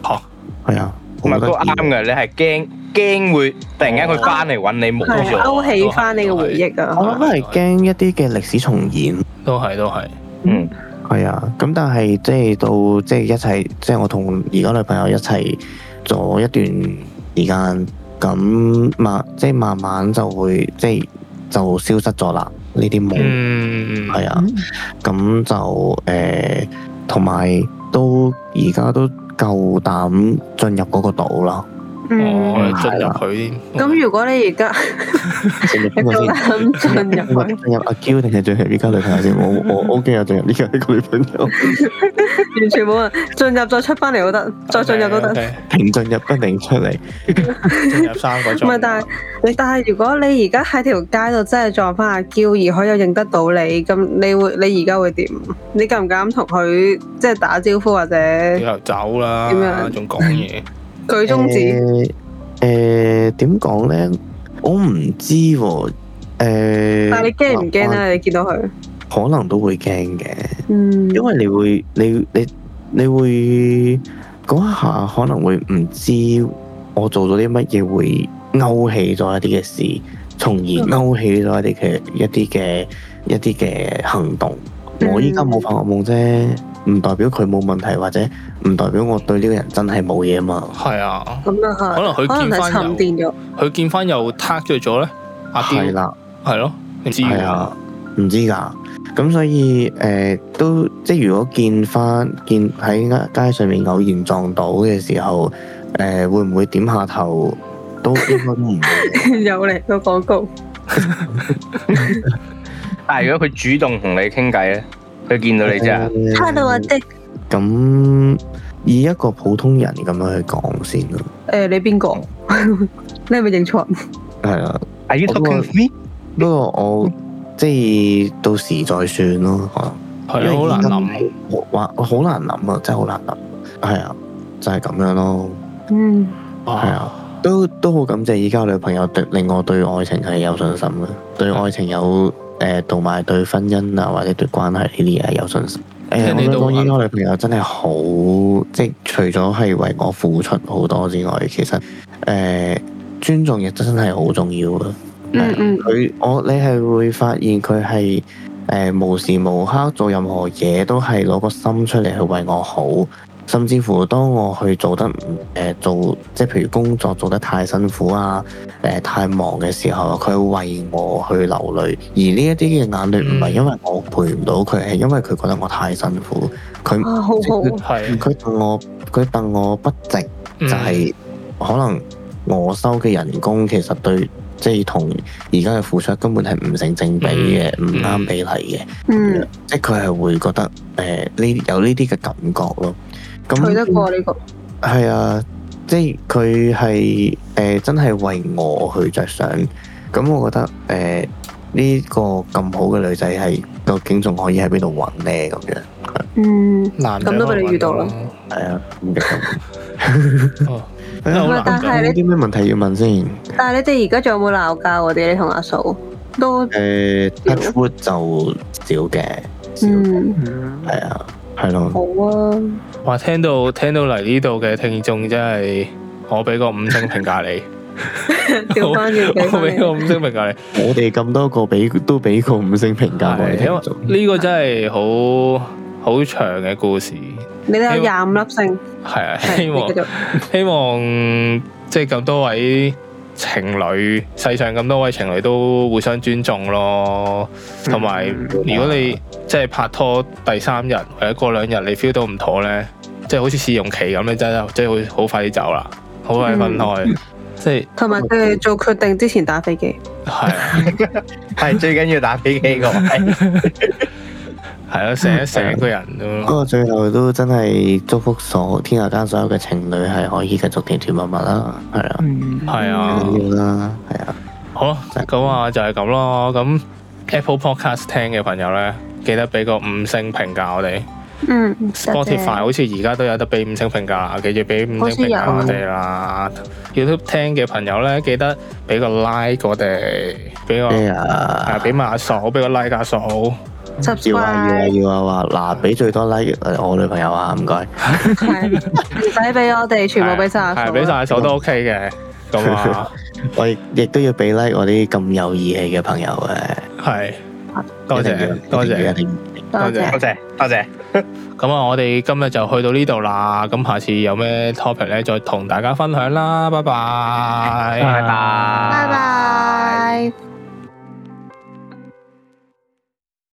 Speaker 1: 嚇
Speaker 5: 係啊，
Speaker 2: 唔係
Speaker 5: 好得
Speaker 2: 都
Speaker 5: 意
Speaker 2: 啱嘅，你係驚驚會突然間佢翻嚟揾你冇
Speaker 4: 係
Speaker 2: 咗，
Speaker 4: 勾起翻你嘅回憶
Speaker 5: 我
Speaker 4: 啊！
Speaker 5: 諗係驚一啲嘅歷史重演。
Speaker 1: 都係都係
Speaker 2: 嗯，
Speaker 5: 係啊，咁但係即係到即係一齊，即係我同而家女朋友一齊咗一段時間，咁慢即係慢慢就會即係就消失咗啦。呢啲夢
Speaker 1: 嗯
Speaker 5: 係啊，咁就誒同埋都而家都夠膽進入嗰個島啦。
Speaker 4: 嗯，
Speaker 1: 哦我進入佢哦添
Speaker 4: 咁如果你而家
Speaker 5: 進入
Speaker 4: 你
Speaker 5: 邊個
Speaker 4: 夠
Speaker 5: 先？
Speaker 4: 膽進入去，
Speaker 5: 進入阿嬌定係進入依家女朋友先？我我 OK 啊，進入依家呢個女朋友，
Speaker 4: 完全冇人進入再出翻嚟都得，
Speaker 1: 啊
Speaker 4: 再進入都得。
Speaker 1: OK，OK，
Speaker 5: 停進入不停出嚟。
Speaker 1: 進入三個
Speaker 4: 唔
Speaker 1: 鐘。
Speaker 4: 係，但係但係如果你而家喺條街度真係撞翻阿嬌，而佢又認得到你，咁你會你而家會點？你敢唔敢同佢即係打招呼或者
Speaker 1: 你又走啦
Speaker 4: 點，樣
Speaker 1: 仲講嘢，
Speaker 4: 舉中指？
Speaker 5: 誒誒點講咧？我唔知喎、誒
Speaker 4: 但係你驚唔驚？啊咧？你見到佢，
Speaker 5: 可能都會驚嘅，
Speaker 4: 嗯，
Speaker 5: 因為你會你你你會嗰下可能會唔知我做咗啲乜嘢會勾起咗一啲嘅事，從而
Speaker 4: 嗯
Speaker 5: 勾起咗一啲嘅一啲嘅一啲嘅行動。
Speaker 4: 嗯
Speaker 5: 我依家冇發惡夢啫，唔代表佢冇問題，或者唔代表我對呢個人真係冇嘢嘛。
Speaker 1: 係啊，
Speaker 4: 咁啊係，
Speaker 1: 可能佢
Speaker 4: 可能
Speaker 1: 見
Speaker 4: 係
Speaker 1: 返
Speaker 4: 沉
Speaker 1: 有
Speaker 4: 澱咗，
Speaker 1: 佢見翻又撻咗咗咧，阿
Speaker 5: 係
Speaker 1: 嬌
Speaker 5: 啦。
Speaker 1: 係咯，你知
Speaker 5: 係
Speaker 1: 㗎
Speaker 5: 啊，唔知㗎。咁所以誒、呃都即係如果見翻見喺街上面偶然撞到嘅時候，誒、會唔會點下頭？都應 該都唔會嘅。
Speaker 4: 有嚟個廣告，
Speaker 2: 但係如果佢主動同你傾偈咧，佢見到你啫，
Speaker 5: 啫
Speaker 4: 差到我的。
Speaker 5: 咁以一個普通人咁樣去講先咯，
Speaker 4: 誒，你邊個？ 你係咪認錯人？
Speaker 5: 係啦。
Speaker 2: Are you
Speaker 4: Oh。
Speaker 2: talking to me？
Speaker 5: 不過我即係到時再算咯，可
Speaker 1: 係
Speaker 5: 能。
Speaker 1: 啊咯，好難諗。
Speaker 5: 我。哇，我好難諗啊，真係好難諗。係啊，就係、咁樣咯。
Speaker 4: 嗯，
Speaker 1: 哦
Speaker 5: 係啊，都都好感謝依家女朋友對令我對愛情係有信心嘅，對愛情有
Speaker 1: 嗯
Speaker 5: 誒，同、埋對婚姻啊或者對關係呢啲嘢係有信心。誒、
Speaker 1: 聽
Speaker 5: 我
Speaker 1: 你
Speaker 5: 想
Speaker 1: 都
Speaker 5: 講
Speaker 1: 話
Speaker 5: 依家女朋友真係好，即係除咗係為我付出好多之外，其實誒、尊重亦真係好重要嘅。啊
Speaker 4: 嗯嗯
Speaker 5: 佢我你係會發現佢係誒無時無刻做任何嘢都係攞個心出嚟去為我好，甚至乎當我去做得唔誒、呃做即係譬如工作做得太辛苦啊誒、呃太忙嘅時候，佢會為我去流淚，而呢一啲嘅眼淚唔係因為我陪唔到佢，係因為佢覺得我太辛苦，佢
Speaker 4: 啊，好好，
Speaker 1: 係
Speaker 5: 佢戥我佢戥我不值。
Speaker 1: 就
Speaker 5: 就係可能我收嘅人工其實對即係同而家嘅付出根本係唔成正比嘅，唔
Speaker 1: 嗯
Speaker 5: 啱、比例嘅，
Speaker 4: 嗯，
Speaker 5: 即係佢係會覺得誒呢、有呢啲嘅感覺咯。
Speaker 4: 佢得
Speaker 5: 咁
Speaker 4: 過呢個，
Speaker 5: 係啊，即係佢係誒真係為我去着想。咁我覺得誒呢、個咁好嘅女仔係究竟仲可以喺邊度揾呢？咁樣
Speaker 4: 嗯。
Speaker 1: 難
Speaker 4: 咁都俾你遇到啦
Speaker 5: 係啊，咁嘅感
Speaker 1: 哦
Speaker 5: 覺。
Speaker 1: 好
Speaker 5: 係
Speaker 1: 難
Speaker 5: 啊
Speaker 4: 但
Speaker 1: 講
Speaker 4: 係
Speaker 5: 有
Speaker 4: 你，
Speaker 5: 啲咩問題要問先？
Speaker 4: 但係你哋而家仲有冇鬧交啊嗰啲？你同阿嫂都
Speaker 5: 誒 touch wood 就少嘅，少嘅
Speaker 4: 嗯，
Speaker 5: 係啊，係咯，
Speaker 4: 好啊，
Speaker 1: 哇！聽到聽到嚟呢度嘅聽眾真係，我俾個五星評價你，
Speaker 4: 調翻轉 俾
Speaker 1: 我
Speaker 4: 翻
Speaker 1: 俾
Speaker 4: 你
Speaker 1: 個。五星評價你，
Speaker 5: 我哋咁多個俾都俾個五星評價我
Speaker 1: 係
Speaker 5: 哋聽
Speaker 1: 因
Speaker 5: 眾，
Speaker 1: 為呢個真係好好長嘅故事，
Speaker 4: 你都有廿五粒星，
Speaker 1: 係啊，
Speaker 4: 係
Speaker 1: 希
Speaker 4: 你
Speaker 1: 望
Speaker 4: 繼續
Speaker 1: 希望即係咁多位情侶，世上咁多位情侶都互相尊重咯。同埋，如果你即係拍拖第三日或者過兩日，你 feel 到唔妥呢，即係好似試用期咁，你真係即係好好快啲走啦，好快分開，即係
Speaker 4: 同埋佢哋做決定之前打飛機，
Speaker 1: 係啊
Speaker 2: 係最緊要打飛 機個位。
Speaker 1: 係咯，醒一醒個人咁
Speaker 5: 不
Speaker 1: 咯。
Speaker 5: 過最後都真係祝福所天下間所有嘅情侶係可以繼續甜甜蜜蜜啦，係啊，
Speaker 3: 嗯
Speaker 1: 係啊，
Speaker 5: 緊要啦，係啊，
Speaker 1: 好啦，咁啊就係咁咯。咁 Apple Podcast 聽嘅朋友呢，記得俾個五星評價我哋。
Speaker 4: 嗯，
Speaker 1: Spotify 好似而家都有得俾五星評價啦，記住俾五星評價我哋啦。YouTube 聽嘅朋友咧，記得俾個 like 我哋，俾個
Speaker 5: 咩
Speaker 1: 係
Speaker 5: 啊？
Speaker 1: 俾埋阿嫂，俾個 like 阿嫂。
Speaker 5: 要啊要啊
Speaker 4: subscribe
Speaker 5: 要啊話嗱，俾最多 like 誒我女朋友啊，唔該，
Speaker 4: 係唔使俾我哋，全部俾晒阿嫂啊
Speaker 1: 係俾晒阿嫂都 OK 嘅。咁啊，
Speaker 5: 我亦亦都要俾 like 我啲咁有義氣嘅朋友啊嘅，
Speaker 1: 係多謝多謝。多
Speaker 4: 多
Speaker 1: 謝
Speaker 4: 謝
Speaker 2: 多。謝多謝，
Speaker 1: 咁啊，我哋今日就去到呢度啦。咁下次有咩 topic 咧，再同大家分享啦。拜拜。
Speaker 2: 拜拜。
Speaker 4: 拜拜。